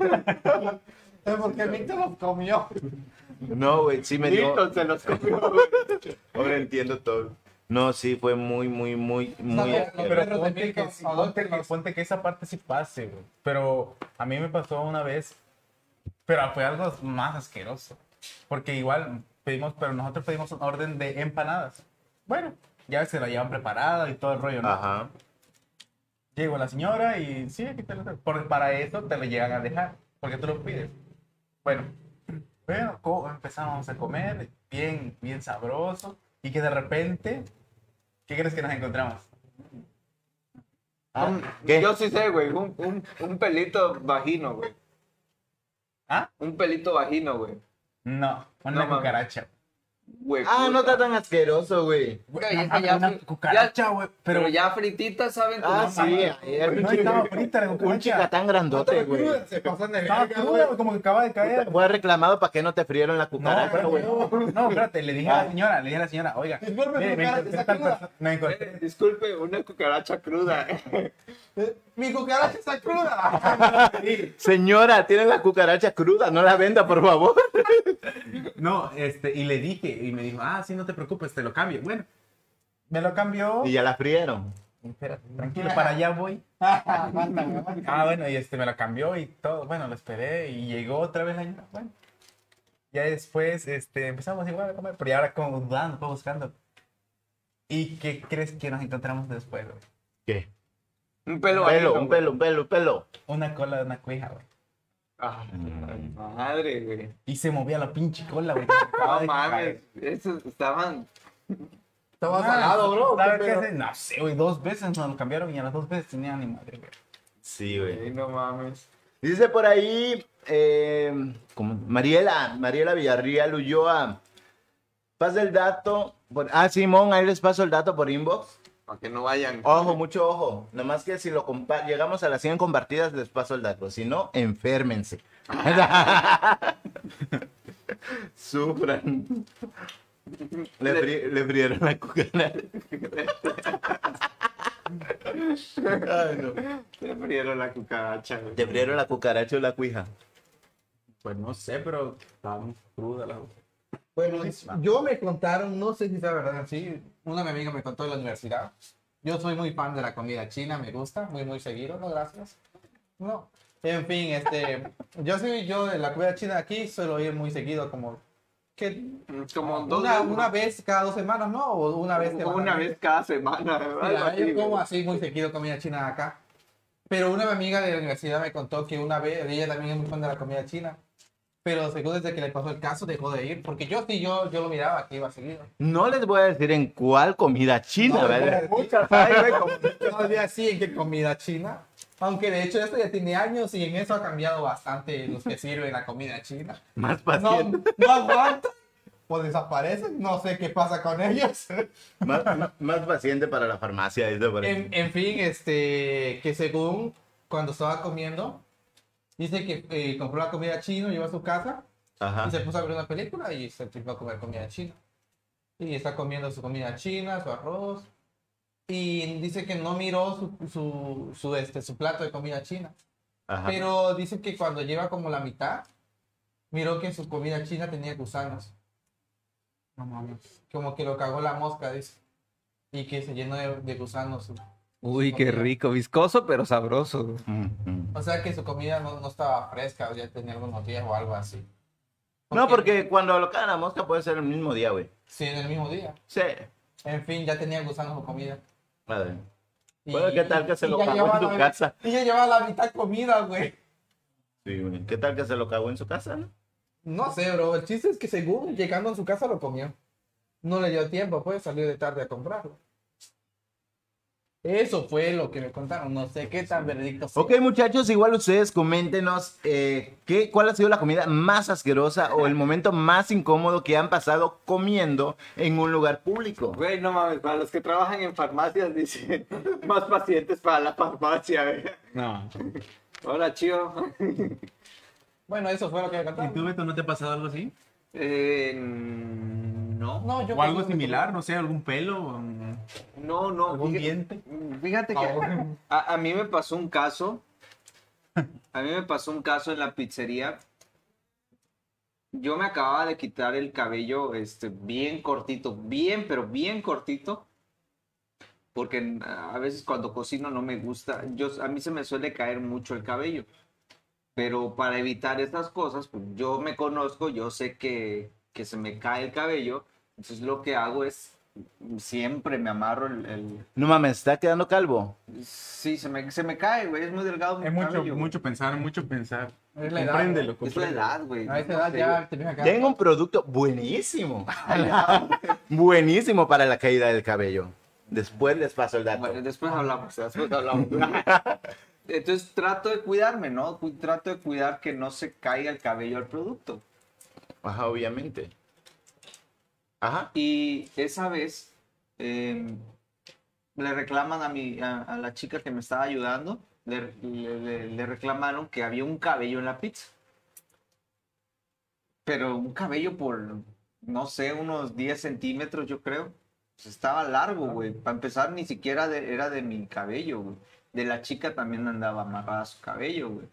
Eh, Porque mí te los comió. No, güey, sí me dio. Mito se los comió, güey. Ahora entiendo todo. No, sí, fue muy, muy, muy, muy. Sabe, asqueroso. pero- Pero ponte que, sí, ponte que- ponte que esa parte sí pase, güey. Pero a mí me pasó una vez, pero fue algo más asqueroso. Porque igual pedimos, pero nosotros pedimos un orden de empanadas. Bueno, ya se la llevan preparada y todo el rollo, ¿no? Ajá. Llegó la señora y sí, aquí te lo traigo. Por- para eso te lo llegan a dejar, porque tú lo pides. Bueno, bueno, co- empezamos a comer bien, bien sabroso. Y que de repente, ¿qué crees que nos encontramos? Ah, Un- Ah, ¿Qué? Yo sí sé, güey. Un, un- un pelito vagino, güey. ¿Ah? Un pelito vagino, güey. No, No, una mami. cucaracha. Güey, Ah, no puta. está tan asqueroso, güey. Güey, Güey, una- esa ya Ah, una fue- cucaracha, ya- güey. Pero, Pero, ya frititas, ¿saben? Ah, cómo sí, saben? ahí hay No un estaba chica- frita la cucaracha. Un chica tan grandote, güey. Se pasan de estaba verga, cruda, güey. Ah, güey, como que acaba de caer. Fue reclamado para que no te frieron la No, cucaracha, pero, güey. no, espérate, le dije a la señora, le dije a la señora, oiga, mire, Disculpe, me cucaracha, encontré está tal cruda. persona- me encontré- Eh, Disculpe, una cucaracha cruda. Eh, Mi cucaracha está cruda. Señora, tiene la cucaracha cruda, no la venda, por favor. No, este, y le dije, y me dijo, ah, sí, no te preocupes, te lo cambio. Bueno, me lo cambió. Y ya la frieron. Espérate, tranquilo, para allá voy. Ah, bueno, y este me lo cambió y todo. Bueno, lo esperé y llegó otra vez la señora. Bueno, ya después este, empezamos igual a comer, pero ya ahora como dudando, fue buscando. ¿Y qué crees que nos encontramos después, güey? ¿Qué? Un pelo Un pelo, vagino, un güey. pelo, un pelo, un pelo. Una cola de una cuija, güey. Ah, madre, güey. Y se movía la pinche cola, güey. que se acababa No de mames. caer. Esos estaban. Estaba Ah, salado, bro. ¿sabes ¿Qué qué pedo? hace? No sé, güey, dos veces nos lo cambiaron y a las dos veces tenía ni madre, güey. Sí, güey. Ay, no mames. Dice por ahí, eh, ¿cómo? Mariela, Mariela Villarreal Ulloa. Pasa el dato. por- ah, Simón, ahí les paso el dato por inbox. Para que no vayan. Ojo, mucho ojo. Nomás que si lo compa- llegamos a las 100 compartidas, les paso el dato. Si no, enférmense. Sufran. Le, fri- le frieron la cucaracha. Ay, no. Te frieron la cucaracha, güey. Te frieron la cucaracha o la cuija. Pues no sé, pero estaban crudas las Bueno, yo me contaron, no sé si sea verdad, sí, una mi amiga me contó de la universidad. Yo soy muy fan de la comida china, me gusta, muy, muy seguido, no, gracias. No, en fin, este, yo sí, yo de la comida china aquí suelo ir muy seguido, como que Mm, Como Ah, dos una, veces- una vez cada dos semanas, ¿no? O una vez como una vez semanalmente. cada semana. ¿verdad? Sí, la Algo verdad, así, yo como güey. así muy seguido comida china acá. Pero una amiga de la universidad me contó que una vez, ella también es muy fan de la comida china. Pero según desde que le pasó el caso, dejó de ir. Porque yo sí, yo, yo lo miraba que iba seguido. No les voy a decir en cuál comida china, No, ¿verdad? como muchas, ay, güey, como Todavía siguen que comida china. Aunque de hecho esto ya tiene años y en eso ha cambiado bastante los que sirven la comida china. Más No, paciente. no aguantan o desaparecen. No sé qué pasa con ellos. Más, más paciente para la farmacia, dice por ahí. En, en fin, este, que según cuando estaba comiendo, dice que eh, compró la comida china, llevó a su casa Ajá. y se puso a ver una película y se empezó a comer comida china. Y está comiendo su comida china, su arroz. Y dice que no miró su, su, su, este, su plato de comida china. Ajá. Pero dice que cuando lleva como la mitad, miró que su comida china tenía gusanos. No mames. Como que lo cagó la mosca, dice. Y que se llenó de, de gusanos su- Uy, qué rico, viscoso pero sabroso. Mm, mm. O sea que su comida no, no estaba fresca, ya tenía algunos días o algo así. No, porque cuando lo cagan a mosca puede ser el mismo día, güey. Sí, en el mismo día. Sí. En fin, ya tenía gusanos su comida. Madre. Y- Bueno, ¿qué tal que se y lo ya cagó llevaba en tu la- casa? Y ya llevaba la mitad comida, güey. Sí, güey. ¿Qué tal que se lo cagó en su casa, no? No sé, bro. El chiste es que según llegando a su casa lo comió. No le dio tiempo, pues salió de tarde a comprarlo. Eso fue lo que me contaron. No sé qué tan veredicto fue. Ok, muchachos, igual ustedes coméntenos eh, ¿qué, cuál ha sido la comida más asquerosa o el momento más incómodo que han pasado comiendo en un lugar público. Güey, no mames, para los que trabajan en farmacias, dice, más pacientes para la farmacia, güey. No. Hola, chío. Bueno, eso fue lo que me ¿Y tú, contaron. Beto, no te ha pasado algo así? Eh, no, No, yo O algo creo que- similar, no sé, algún pelo, um, no, no. algún fíjate- diente. Ah, Fíjate que a, a mí me pasó un caso. A mí me pasó un caso en la pizzería. Yo me acababa de quitar el cabello este, bien cortito, bien, pero bien cortito. Porque ah, a veces cuando cocino no me gusta. Yo, a mí se me suele caer mucho el cabello. Pero para evitar estas cosas, pues, yo me conozco, yo sé que, que se me cae el cabello. Entonces lo que hago es, siempre me amarro el- el, No mames, está quedando calvo. Sí, se me, se me cae, güey. Es muy delgado. mi Es mucho, cabello, güey. mucho pensar, mucho pensar. Es la edad. Compréndelo, Es la compréndelo. edad, güey. A esa No edad sé, ya te ves acá. Tengo un producto buenísimo. buenísimo para la caída del cabello. Después les paso el dato. Bueno, después hablamos, después hablamos. Entonces trato de cuidarme, ¿no? Cu- Trato de cuidar que no se caiga el cabello al producto. Ajá, obviamente. Ajá. Y esa vez eh, le reclaman a, mi, a, a la chica que me estaba ayudando, le, le- le- le reclamaron que había un cabello en la pizza. Pero un cabello por, no sé, unos 10 centímetros, yo creo. Pues estaba largo, güey. Para empezar, ni siquiera de- era de mi cabello, güey. De la chica también andaba amarrada su cabello, güey.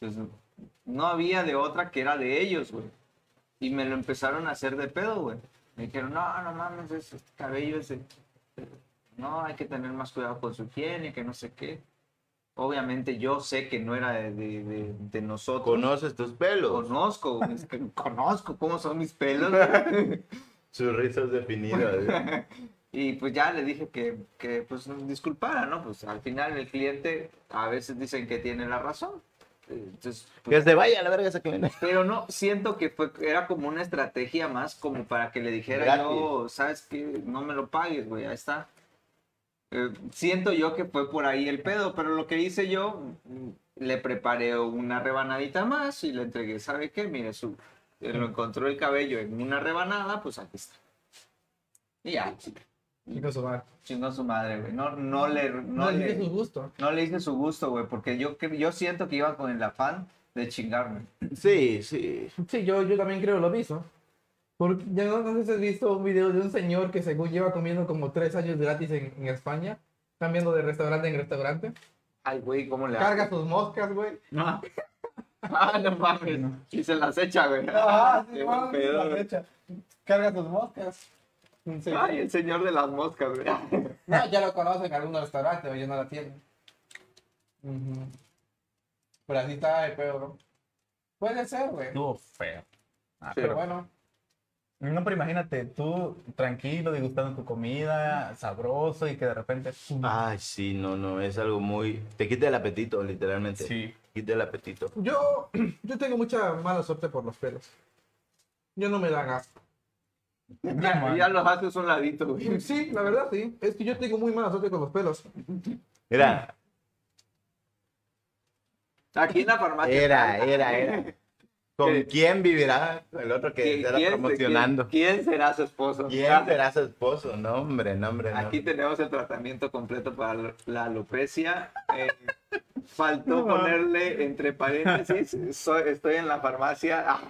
Entonces, no había de otra que era de ellos, güey. Y me lo empezaron a hacer de pedo, güey. Me dijeron, no, no mames, ese cabello ese. No, hay que tener más cuidado con su higiene, que no sé qué. Obviamente yo sé que no era de, de- de- de nosotros. ¿Conoces tus pelos? Conozco, güey, es que conozco cómo son mis pelos. güey. Sus ¿eh? rizos definidos. y pues ya le dije que, que pues disculpara, ¿no? Pues al final el cliente a veces dicen que tiene la razón. Eh, Entonces, pues, que se vaya a la verga esa cliente. pero no, siento que fue, era como una estrategia más como para que le dijera Gratis. yo, sabes que no me lo pagues, güey, ahí está. Eh, siento yo que fue por ahí el pedo, pero lo que hice yo, mm, le preparé una rebanadita más y le entregué, ¿sabe qué? Mire, su, eh, lo encontró el cabello en una rebanada, pues aquí está. Y ya, Chicos, Omar. chingó su madre, güey. No, no le... No, No le eh, dije le su gusto. no le hice su gusto, güey, porque yo, cre- yo siento que iba con el afán de chingarme. Sí, sí. Sí, yo, yo también creo lo mismo. Porque ya no, no sé si has visto un video de un señor que según lleva comiendo como tres años gratis en, en España, cambiando de restaurante en restaurante. Ay, güey, ¿cómo le hago? Carga sus moscas, güey. No, Ah, no mames. Y se las echa, güey. Ajá, Ah, Ah, sí, Qué man, buen pedo, la güey. fecha. Carga tus moscas. Sí. Ay, el señor de las moscas, güey. No, ya lo conocen en algún restaurante, o ya no la tienen. Ujú. Pero así está el pedo, bro. Puede ser, güey. estuvo feo. Ah, Sí. Pero pero, bueno, no, pero imagínate, tú tranquilo, disgustando tu comida, sabroso, y que de repente. ¡pum! Ay, sí, no, no. Es algo muy. Te quita el apetito, literalmente. sí. Quita el apetito. yo, yo tengo mucha mala suerte por los pelos. Yo no me da gas. Ya, ya los haces un ladito, güey. Mm, Sí, la verdad, sí. Es que yo tengo muy mala suerte con los pelos. Mira, Aquí en la farmacia. era, era, era. ¿Con ¿Qué? quién vivirá el otro que estará promocionando? quién- quién será su esposo? ¿Quién será su esposo? No, hombre, no, hombre. no. Aquí tenemos el tratamiento completo para la- la alopecia. Eh, faltó No, ponerle entre paréntesis, soy- estoy en la farmacia. Ah,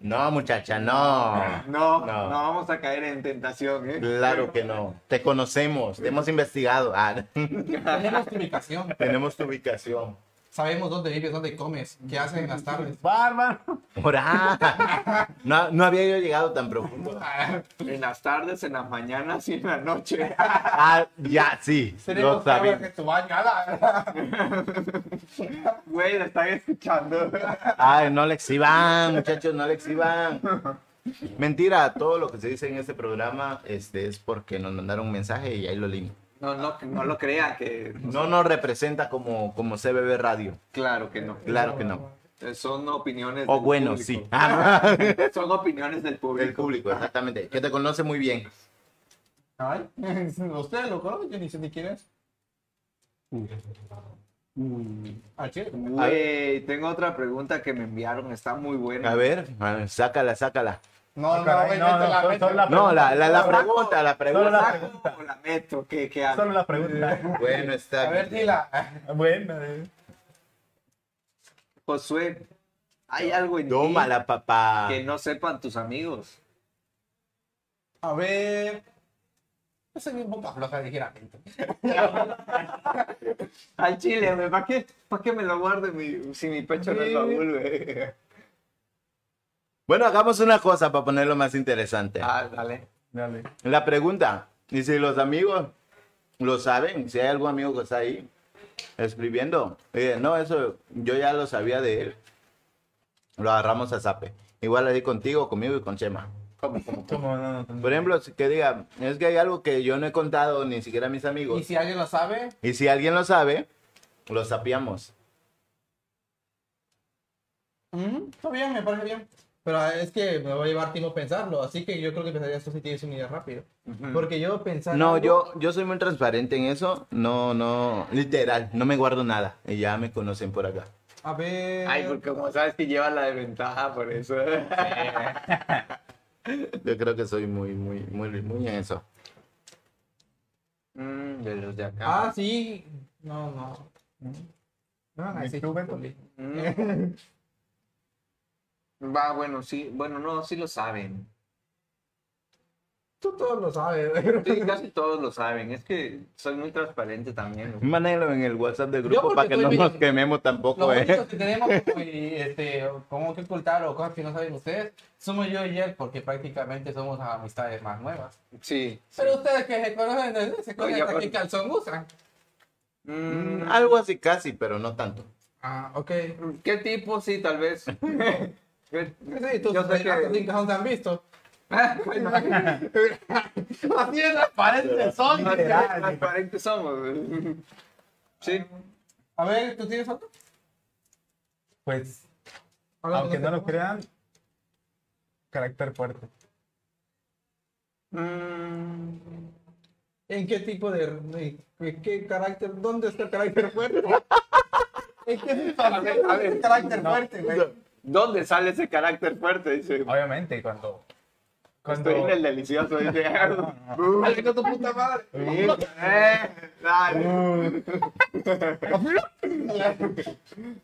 No, muchacha, no. No, no, No. vamos a caer en tentación, ¿eh? Claro que no. Te conocemos, te hemos investigado. Ah, Tenemos tu ubicación. tenemos tu ubicación. Sabemos dónde vives, dónde comes, qué haces en las tardes. Bárbaro. Ora. No, no había yo llegado tan profundo. En las tardes, en las mañanas y en la noche. Ah, ya, sí. Lo Tenemos cámaras sabía. en tu baño. ala. Güey, la están escuchando. Ay, no le exhiban, muchachos, no le exhiban. Mentira, todo lo que se dice en este programa este, es porque nos mandaron un mensaje y ahí lo leímos. No, no, no lo crea que... No nos representa como, como CBB Radio. Claro que no. Claro que no. Eh, Son opiniones O del bueno, público. sí. Ah, Son opiniones del el público. público, exactamente. Que te conoce muy bien. Ay, usted lo conoce, yo ni sé ni quién es. Mm. Al chile, como- Güey, tengo otra pregunta que me enviaron, está muy buena. A ver, ah, sácala, sácala. No, no, Ah, Caray, güey, no, vete no, la son- vete. son la- No, la, la, la pregunta, la ¿La Solo pregunta. la saco pregunta. o la meto? ¿Qué, qué Solo hago? la pregunta. Bueno, está A ver, bien. dila. Bueno, eh. Josué, ¿hay algo en ti Tómala, papá. que no sepan tus amigos? A ver. Yo soy bien boca floja, ligeramente. Al chile, güey, ¿para qué, para qué me lo guarde mi- si mi pecho no es baúl, güey? Bueno, hagamos una cosa para ponerlo más interesante. Ah, dale. Dale. La pregunta, y si los amigos lo saben, si hay algún amigo que está ahí escribiendo, eh, no, eso yo ya lo sabía de él, lo agarramos a zape. Igual ahí contigo, conmigo y con Chema. ¿Cómo, cómo? ¿Cómo? No, no, no. Por ejemplo, si que diga, es que hay algo que yo no he contado ni siquiera a mis Y amigos. si alguien lo sabe, Y si alguien lo sabe, lo sapiamos. Ujú, mm, Está bien, me parece bien. Pero es que me va a llevar tiempo pensarlo, así que yo creo que pensaría esto si tienes una idea rápido. Porque yo pensar. No, algo- yo, yo soy muy transparente en eso. No, no, literal, no me guardo nada. Y ya me conocen por acá. A ver. Ay, porque como sabes que lleva la desventaja por eso. Yo creo que soy muy, muy, muy, muy en eso. Mm, de los de acá. Ah, sí. No, no. No, pues, no, sí. Mm. Va, bueno, sí. Bueno, no, sí lo saben. Tú todo lo sabes. Sí, casi todos lo saben. Es que soy muy transparente también. güey. Mándalo en el WhatsApp del Yo grupo porque para que no estoy nos bien- quememos tampoco, Lo ¿eh? único que tenemos como, y, este, como que ocultar o cosas que no saben ustedes somos yo y él, porque prácticamente somos amistades más nuevas. Sí. Pero ustedes que se conocen, se conocen Oye, hasta por- qué calzón usan. Mm, Mm, Algo así casi, pero no tanto. Ah, ok. ¿Qué tipo? Sí, tal vez. ¿Qué- Sí, tú Yo sé hasta que- sin calzón te han visto. Bueno, Así es la pared de sol. transparentes somos. güey. Sí. A ver, ¿tú tienes otro? Pues, Hablando aunque de no lo temas. crean, carácter fuerte. Mm, ¿En qué tipo de... de- de qué carácter? ¿Dónde está el carácter fuerte? ¿En qué situación a ver, es el carácter fuerte, güey? ¿Dónde sale ese carácter fuerte? Dice. Obviamente, cuando. cuando... Estoy en el delicioso. Dice. Dale, con tu puta madre. Eh, dale.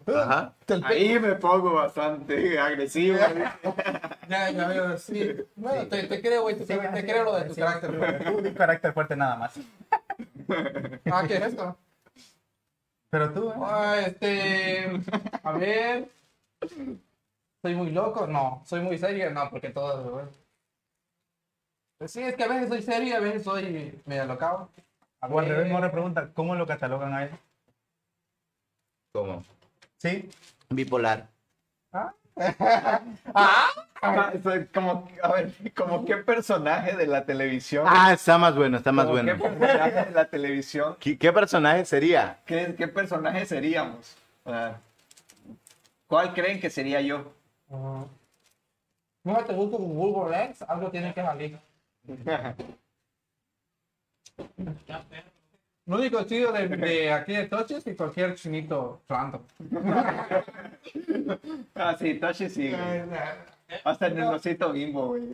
Ajá. Ahí me pongo bastante agresivo. Ya, ya veo, sí. Bueno, te, te creo, güey, te, te creo lo de tu carácter, güey. Un carácter fuerte nada más. Ah, ¿qué es esto? Pero tú, ¿eh? Ah, este... A ver... ¿Soy muy loco? No. ¿Soy muy serio? No, porque todo... güey. Pues sí, es que a veces soy serio y a veces soy medio locao. A eh, o al ver, revés, More pregunta, ¿cómo lo catalogan a él? Como Sí, bipolar. Ah, Soy como, a ver, como qué personaje de la televisión. Ah, está más bueno, está más Como bueno. ¿Qué personaje de la televisión? ¿Qué, qué personaje sería? ¿Qué, qué personaje seríamos? Ah, ¿Cuál creen que sería yo? Ajá. Fíjate, Mm. te gusta con Google Lens, algo tiene que salir. Lo único chido de, de aquí de Toches es que cualquier chinito random. Ah, sí, Toshi sí. güey. Hasta en el Rosito Bimbo, güey.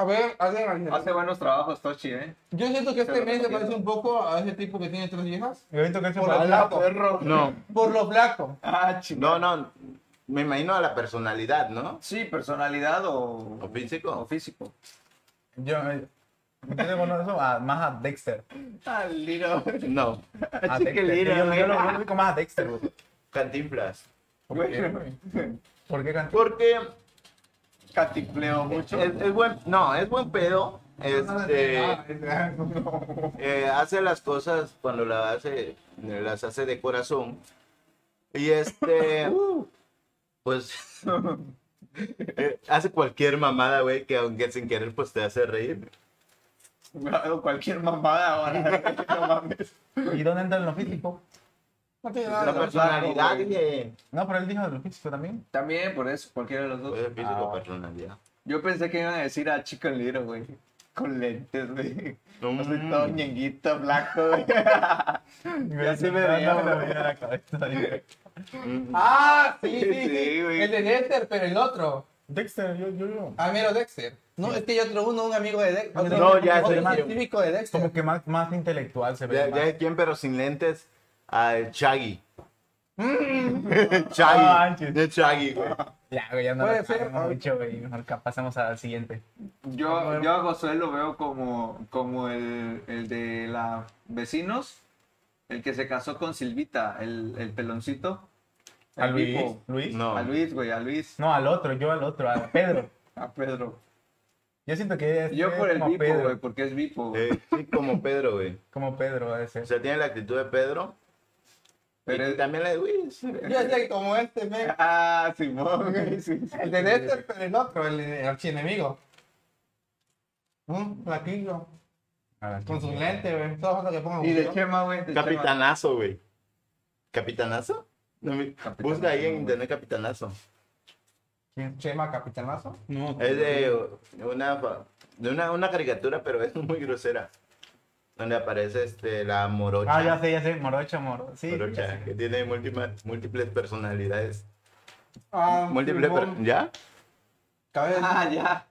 A ver, alguien- Hace buenos trabajos, Toshi, ¿eh? Yo siento que este mes se parece un poco a ese tipo que tiene tres viejas. yo he visto que es un Por el lado. perro! No, Por lo flaco. Ah, chingada. no, no. Me imagino a la personalidad, ¿no? Sí, personalidad o, O o físico. físico. Yo, eh, yo le conozco a- más a Dexter. Ah, Liro. No. A Ah, Sí, Dexter. qué lindo, Yo, yo lo güey. yo lo ubico más a Dexter, güey. Cantinflas. ¿Por qué, güey? ¿Por qué cantar? Porque Catipleo mucho. es, es buen, no, es buen pedo. Este, eh, hace las cosas cuando las hace, las hace de corazón. Y este, pues, eh, hace cualquier mamada, güey, que aunque sin querer, pues te hace reír. Hago cualquier mamada ahora. No mames. ¿Y dónde entra en lo físico? No tiene La nada. Claro, personalidad, güey. güey. No, pero él dijo de lo físico también. También por eso, cualquiera de los dos. Pues, el físico, Ah. personalidad. Yo pensé que iban a decir "Ah, a Chicken Little, güey. Con lentes, güey. Mm. Así todo ñenguito, blanco, güey. Y así me veía, me güey. veía la cabeza. güey. Ah, sí, sí, Sí, sí. güey. El de Dexter, pero el otro. Dexter, yo, yo, yo. Ah, mira, Dexter. No, es que hay otro uno, un amigo de Dexter. No, Otro- ya, otro ese no. científico de Dexter. Como que más, más intelectual se ve. Ya, más. ya quién, pero sin lentes, al Chaggy. Mm. Ah, Chaggy. anches. El Chaggy, güey. Ya, güey, ya no Puede lo ser, sabemos ¿no? mucho, güey. Mejor que pasemos al siguiente. Ah, Yo, yo a Josué lo veo como, como el, el de la vecinos, el que se casó con Silvita, el, el peloncito. El ¿A Luis? tipo. ¿Luis? No. A Luis, güey, a Luis, No, al otro, yo al otro, a Pedro. a Pedro. Yo siento que es, Yo es por el como Vipo, Pedro. güey, porque es Vipo. güey. Eh, sí, como Pedro, güey. Como Pedro, a O ser. sea, tiene la actitud de Pedro. Pero y es- también la de Luis. Yo decía que como este men. Ah, Simón, güey, sí, sí. El de Dexter, pero el otro, el, el archienemigo. Un flaquillo. Con sus lentes, güey. Todo falta que ponga Y de buzón. Chema, güey. de Chema. Capitanazo, güey. ¿Capitanazo? No, mi- Busca ahí en internet capitanazo. ¿Quién? Chema Capitanazo. No, Es de una, fa- de una, una caricatura, pero es muy grosera. Donde aparece este, la morocha. Ah, ya sé, ya sé. Morocha, moro. Sí. Morocha, ya sé. que tiene múltiples, múltiples personalidades. Ah, Múltiples per- Simón. ¿Ya? Cabe- Ah, ya.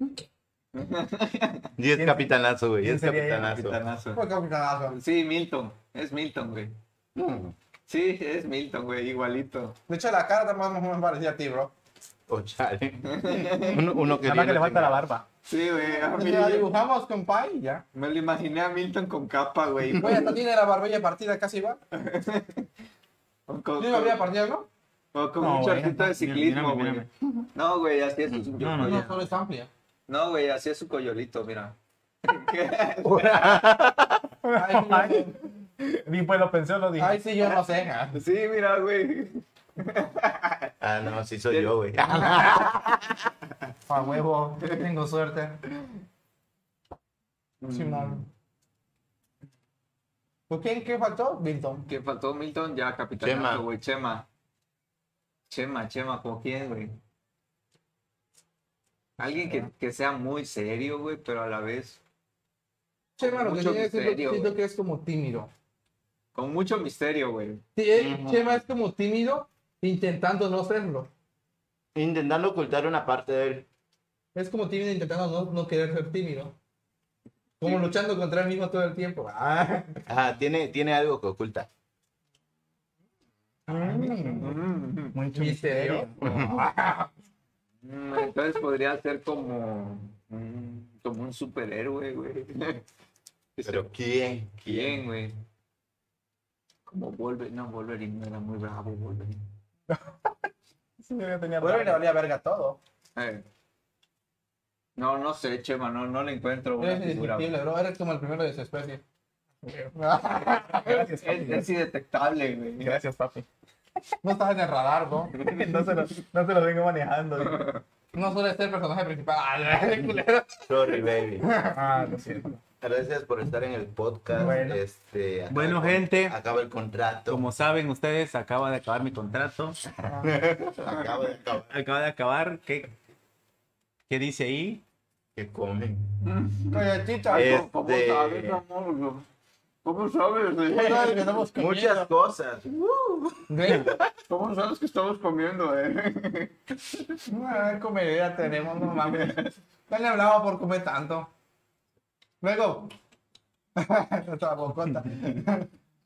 Y es ¿Quién- capitanazo, güey. ¿Quién Es sería ella? capitanazo. Fue Capitanazo. Sí, Milton. Es Milton, güey. Mm. Sí, es Milton, güey, igualito. De hecho, la cara también más o menos parecía a ti, bro. O Oh, chale. Uno, uno Nada más que le falta la barba. Sí, güey. ah, a mí- Entonces, La dibujamos con Pai y ya. Me lo imaginé a Milton con capa, güey. Güey, hasta tiene la barbilla partida casi igual. O con, Yo me había con- partido, ¿no? o con No, un güey, shortito de mírame, ciclismo, mírame, güey. No, güey, así es su... No, no, No, ya. solo es amplia. No, güey, así es su coyolito, mira. Ay, Ni pues lo pensó, lo dije. Ay, sí, yo no sé. ja. Sí, mira, güey. Ah, no, sí soy yo, güey. A huevo, tengo suerte. Mm, Simón. ¿Pues quién qué faltó? Milton. Que faltó Milton ya, capitán. Chema. güey, Chema. Chema, Chema, ¿como quién, güey? Alguien que, que sea muy serio, güey, pero a la vez Chema, lo que Mucho tiene es que misterio, siento güey. que es como tímido. con mucho misterio, güey. Sí, eh, Ujú. Chema es como tímido intentando no serlo. Intentando ocultar una parte de él. Es como tímido intentando no, no querer ser tímido. Como luchando contra él mismo todo el tiempo. Ah. Ah, tiene, tiene algo que oculta. Mm, Mucho Ah, Misterio. mm, Entonces podría ser como, mm, como un superhéroe, güey. Pero ¿quién? ¿Quién, güey? Como Wolverine, no, Wolverine no era muy bravo, Wolverine. Sí, yo tenía Vuelve y le barba. valía verga todo. Eh. No, no sé, Chema, no, no le encuentro una Eres figura. güey. indiscutible, bro. Eres como el primero de su especie. Es, Gracias, papi. es indetectable, güey. Gracias, papi. No estás en el radar, bro. No se lo, no se lo vengo manejando. digo. No suele ser personaje principal. Ah, culero. Sorry, baby. Ah, lo siento. Gracias por estar en el podcast. Bueno. Este, acaba Bueno, el con- gente. Acaba el contrato. Como saben ustedes, acaba de acabar mi contrato. Acaba de acabar. Acaba de acabar. ¿Qué, qué dice ahí? Que comen. Galletita. Eh, ¿Cómo- ¿Cómo Este- sabes, amor? güey? ¿Cómo sabes? ¿Cómo güey? sabes que estamos comiendo? Muchas cosas. Güey, ¿Cómo sabes que estamos comiendo, eh? ah, comedia tenemos, no mames. No le hablaba por comer tanto. Luego. Nuestra bocota.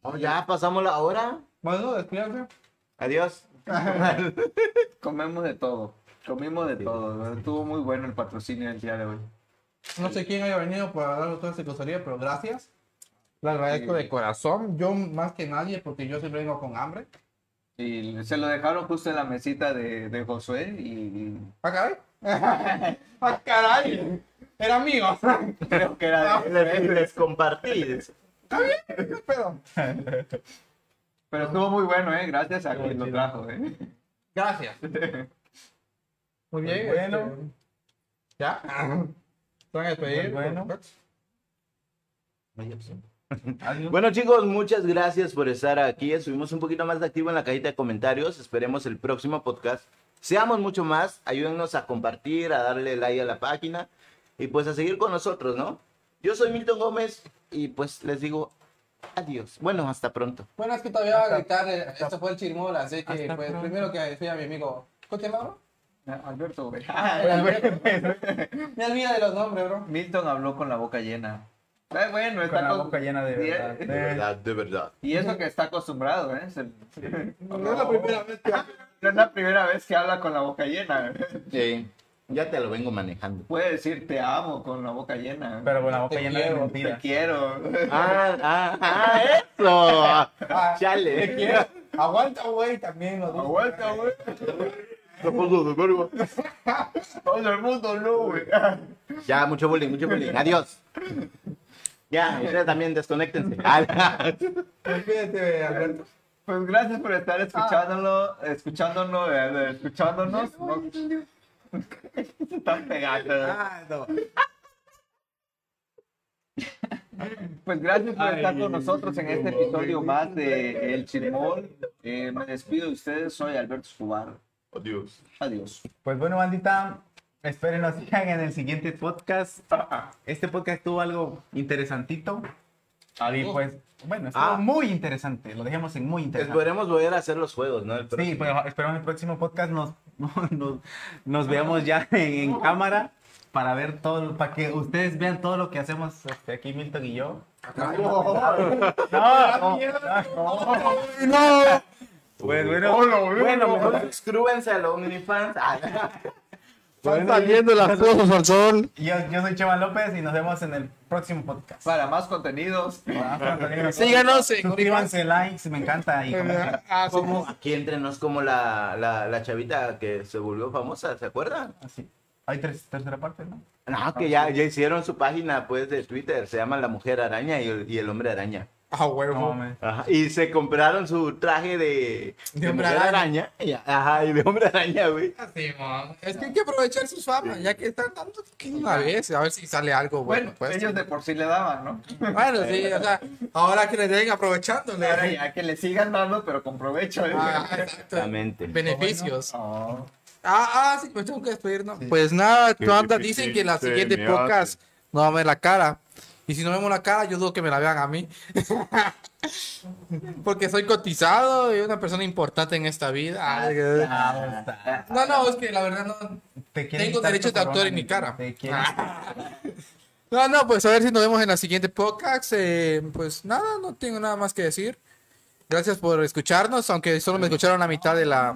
Oh, ya pasamos la hora. Bueno, despídase. Adiós. Comemos de todo. Comimos de todo. güey. Estuvo muy bueno el patrocinio del día de hoy. No sé quién haya venido por hablar toda esta cosería, pero gracias. Le agradezco de corazón. Yo más que nadie, porque yo siempre vengo con hambre. Y se lo dejaron justo en la mesita de, de Josué y ¿Ah, caray? ¡Ah, caray! Era mío. creo que era de él. Les, les compartí. ¿Qué pedo? Pero estuvo muy bueno, eh. Gracias a quien lo trajo, eh. Gracias. Muy bien. Bueno. este, ¿Ya? ¿Te van a despedir? este, pues Bueno. Adiós. Bueno chicos, muchas gracias por estar aquí. Estuvimos un poquito más de activo en la cajita de comentarios. Esperemos el próximo podcast. Seamos mucho más. Ayúdennos a compartir, a darle like a la página y pues a seguir con nosotros, ¿no? Yo soy Milton Gómez y pues les digo adiós. Bueno, hasta pronto. Bueno, es que todavía va a gritar, eh, esto fue el chirmola, así que hasta pues pronto. primero que decía mi amigo, ¿cómo te llamas, bro? Alberto, güey. Me olvida de los nombres, bro. Milton habló con la boca llena. Eh, bueno, está Con la acos- boca llena de Bien. verdad. De- de verdad. Y eso que está acostumbrado, ¿eh? Se- No es la primera vez que... No es la primera vez que habla con la boca llena. Sí, ya te lo vengo manejando. Puede decir te amo con la boca llena. Pero con la boca Te llena de quiero, te mentiras. quiero. Ah, ah, ah, eso. Ah, Chale. te quiero. Aguanta, güey, también lo dice. Aguanta, güey. Todo el mundo no, güey. Ya, mucho bullying, mucho bullying. Adiós. Ya, ustedes también desconectense. Ah, Olvídate, Alberto. Pues gracias por estar escuchándolo, escuchándonos, eh, escuchándonos. No- Se están pegando. Ah, no. Pues gracias por estar Ay, con nosotros en este no mames. episodio más de El Chismol. Eh, me despido de ustedes, soy Alberto Escobar. Adiós. Adiós. Pues bueno, bandita, espérenos sigan en el siguiente podcast. Este podcast tuvo algo interesantito. Y pues, bueno, estuvo Ah. muy interesante. Lo dejamos en muy interesante. Esperemos Pues volver a hacer los juegos, ¿no? El Sí, próximo. pues esperamos el próximo podcast nos, nos, Ah. nos veamos ya en, en cámara para ver todo, para que ustedes vean todo lo que hacemos este, aquí Milton y yo. No, Pues bueno, bueno, mejor- Suscríbanse al OnlyFans. bueno, saliendo las cosas al sol. yo, yo soy Chema López y nos vemos en el próximo podcast. Para más contenidos. Ah, Síganos en Suscríbanse, likes, me encanta. Y comenten. Ah, sí. Como aquí entre nos, como la, la, la chavita que se volvió famosa, ¿se acuerdan? Así. Ah, Hay tres, tercera parte, ¿no? No, que ya, ya hicieron su página pues de Twitter, se llama La Mujer Araña y el, y el Hombre Araña. Ah, No, huevo. me- Ajá, Y se compraron su traje de, De Hombre Araña. y- ajá, y de Hombre Araña, güey. Ah, Sí, mo. Es que hay que aprovechar sus famas, ya que están dando que una vez, a ver si sale algo bueno. Bueno, pues. ellos de por sí le daban, ¿no? Bueno, sí, o sea, ahora que le den aprovechándole. Ahora ya que le sigan dando, pero con provecho. ¿eh? Ah, exacto. Exactamente. Beneficios. Oh. Ah, ah, sí, me tengo que despedir, ¿no? Pues nada, banda, dicen que la siguiente podcast no va a ver la cara. Y si no vemos la cara, yo dudo que me la vean a mí. Porque soy cotizado y una persona importante en esta vida. Ay, Ah, o sea, No, no, es que la verdad no. te quieren Tengo quitar derechos tu de autor corona, en mi cara. Ah. Te quieren- No, no, pues a ver si nos vemos en la siguiente podcast. eh, pues nada, no tengo nada más que decir. Gracias por escucharnos, aunque solo me escucharon la mitad de la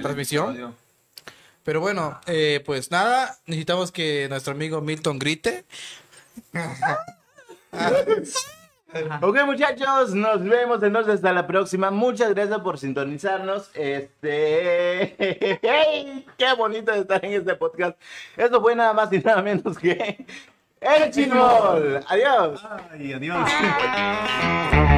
transmisión. Pero bueno, eh, pues nada, necesitamos que nuestro amigo Milton grite. Ok, muchachos, nos vemos entonces hasta la próxima. Muchas gracias por sintonizarnos. Este. ¡Qué bonito estar en este podcast! Esto fue nada más y nada menos que. ¡El Chismol! ¡Adiós! Ay, adiós.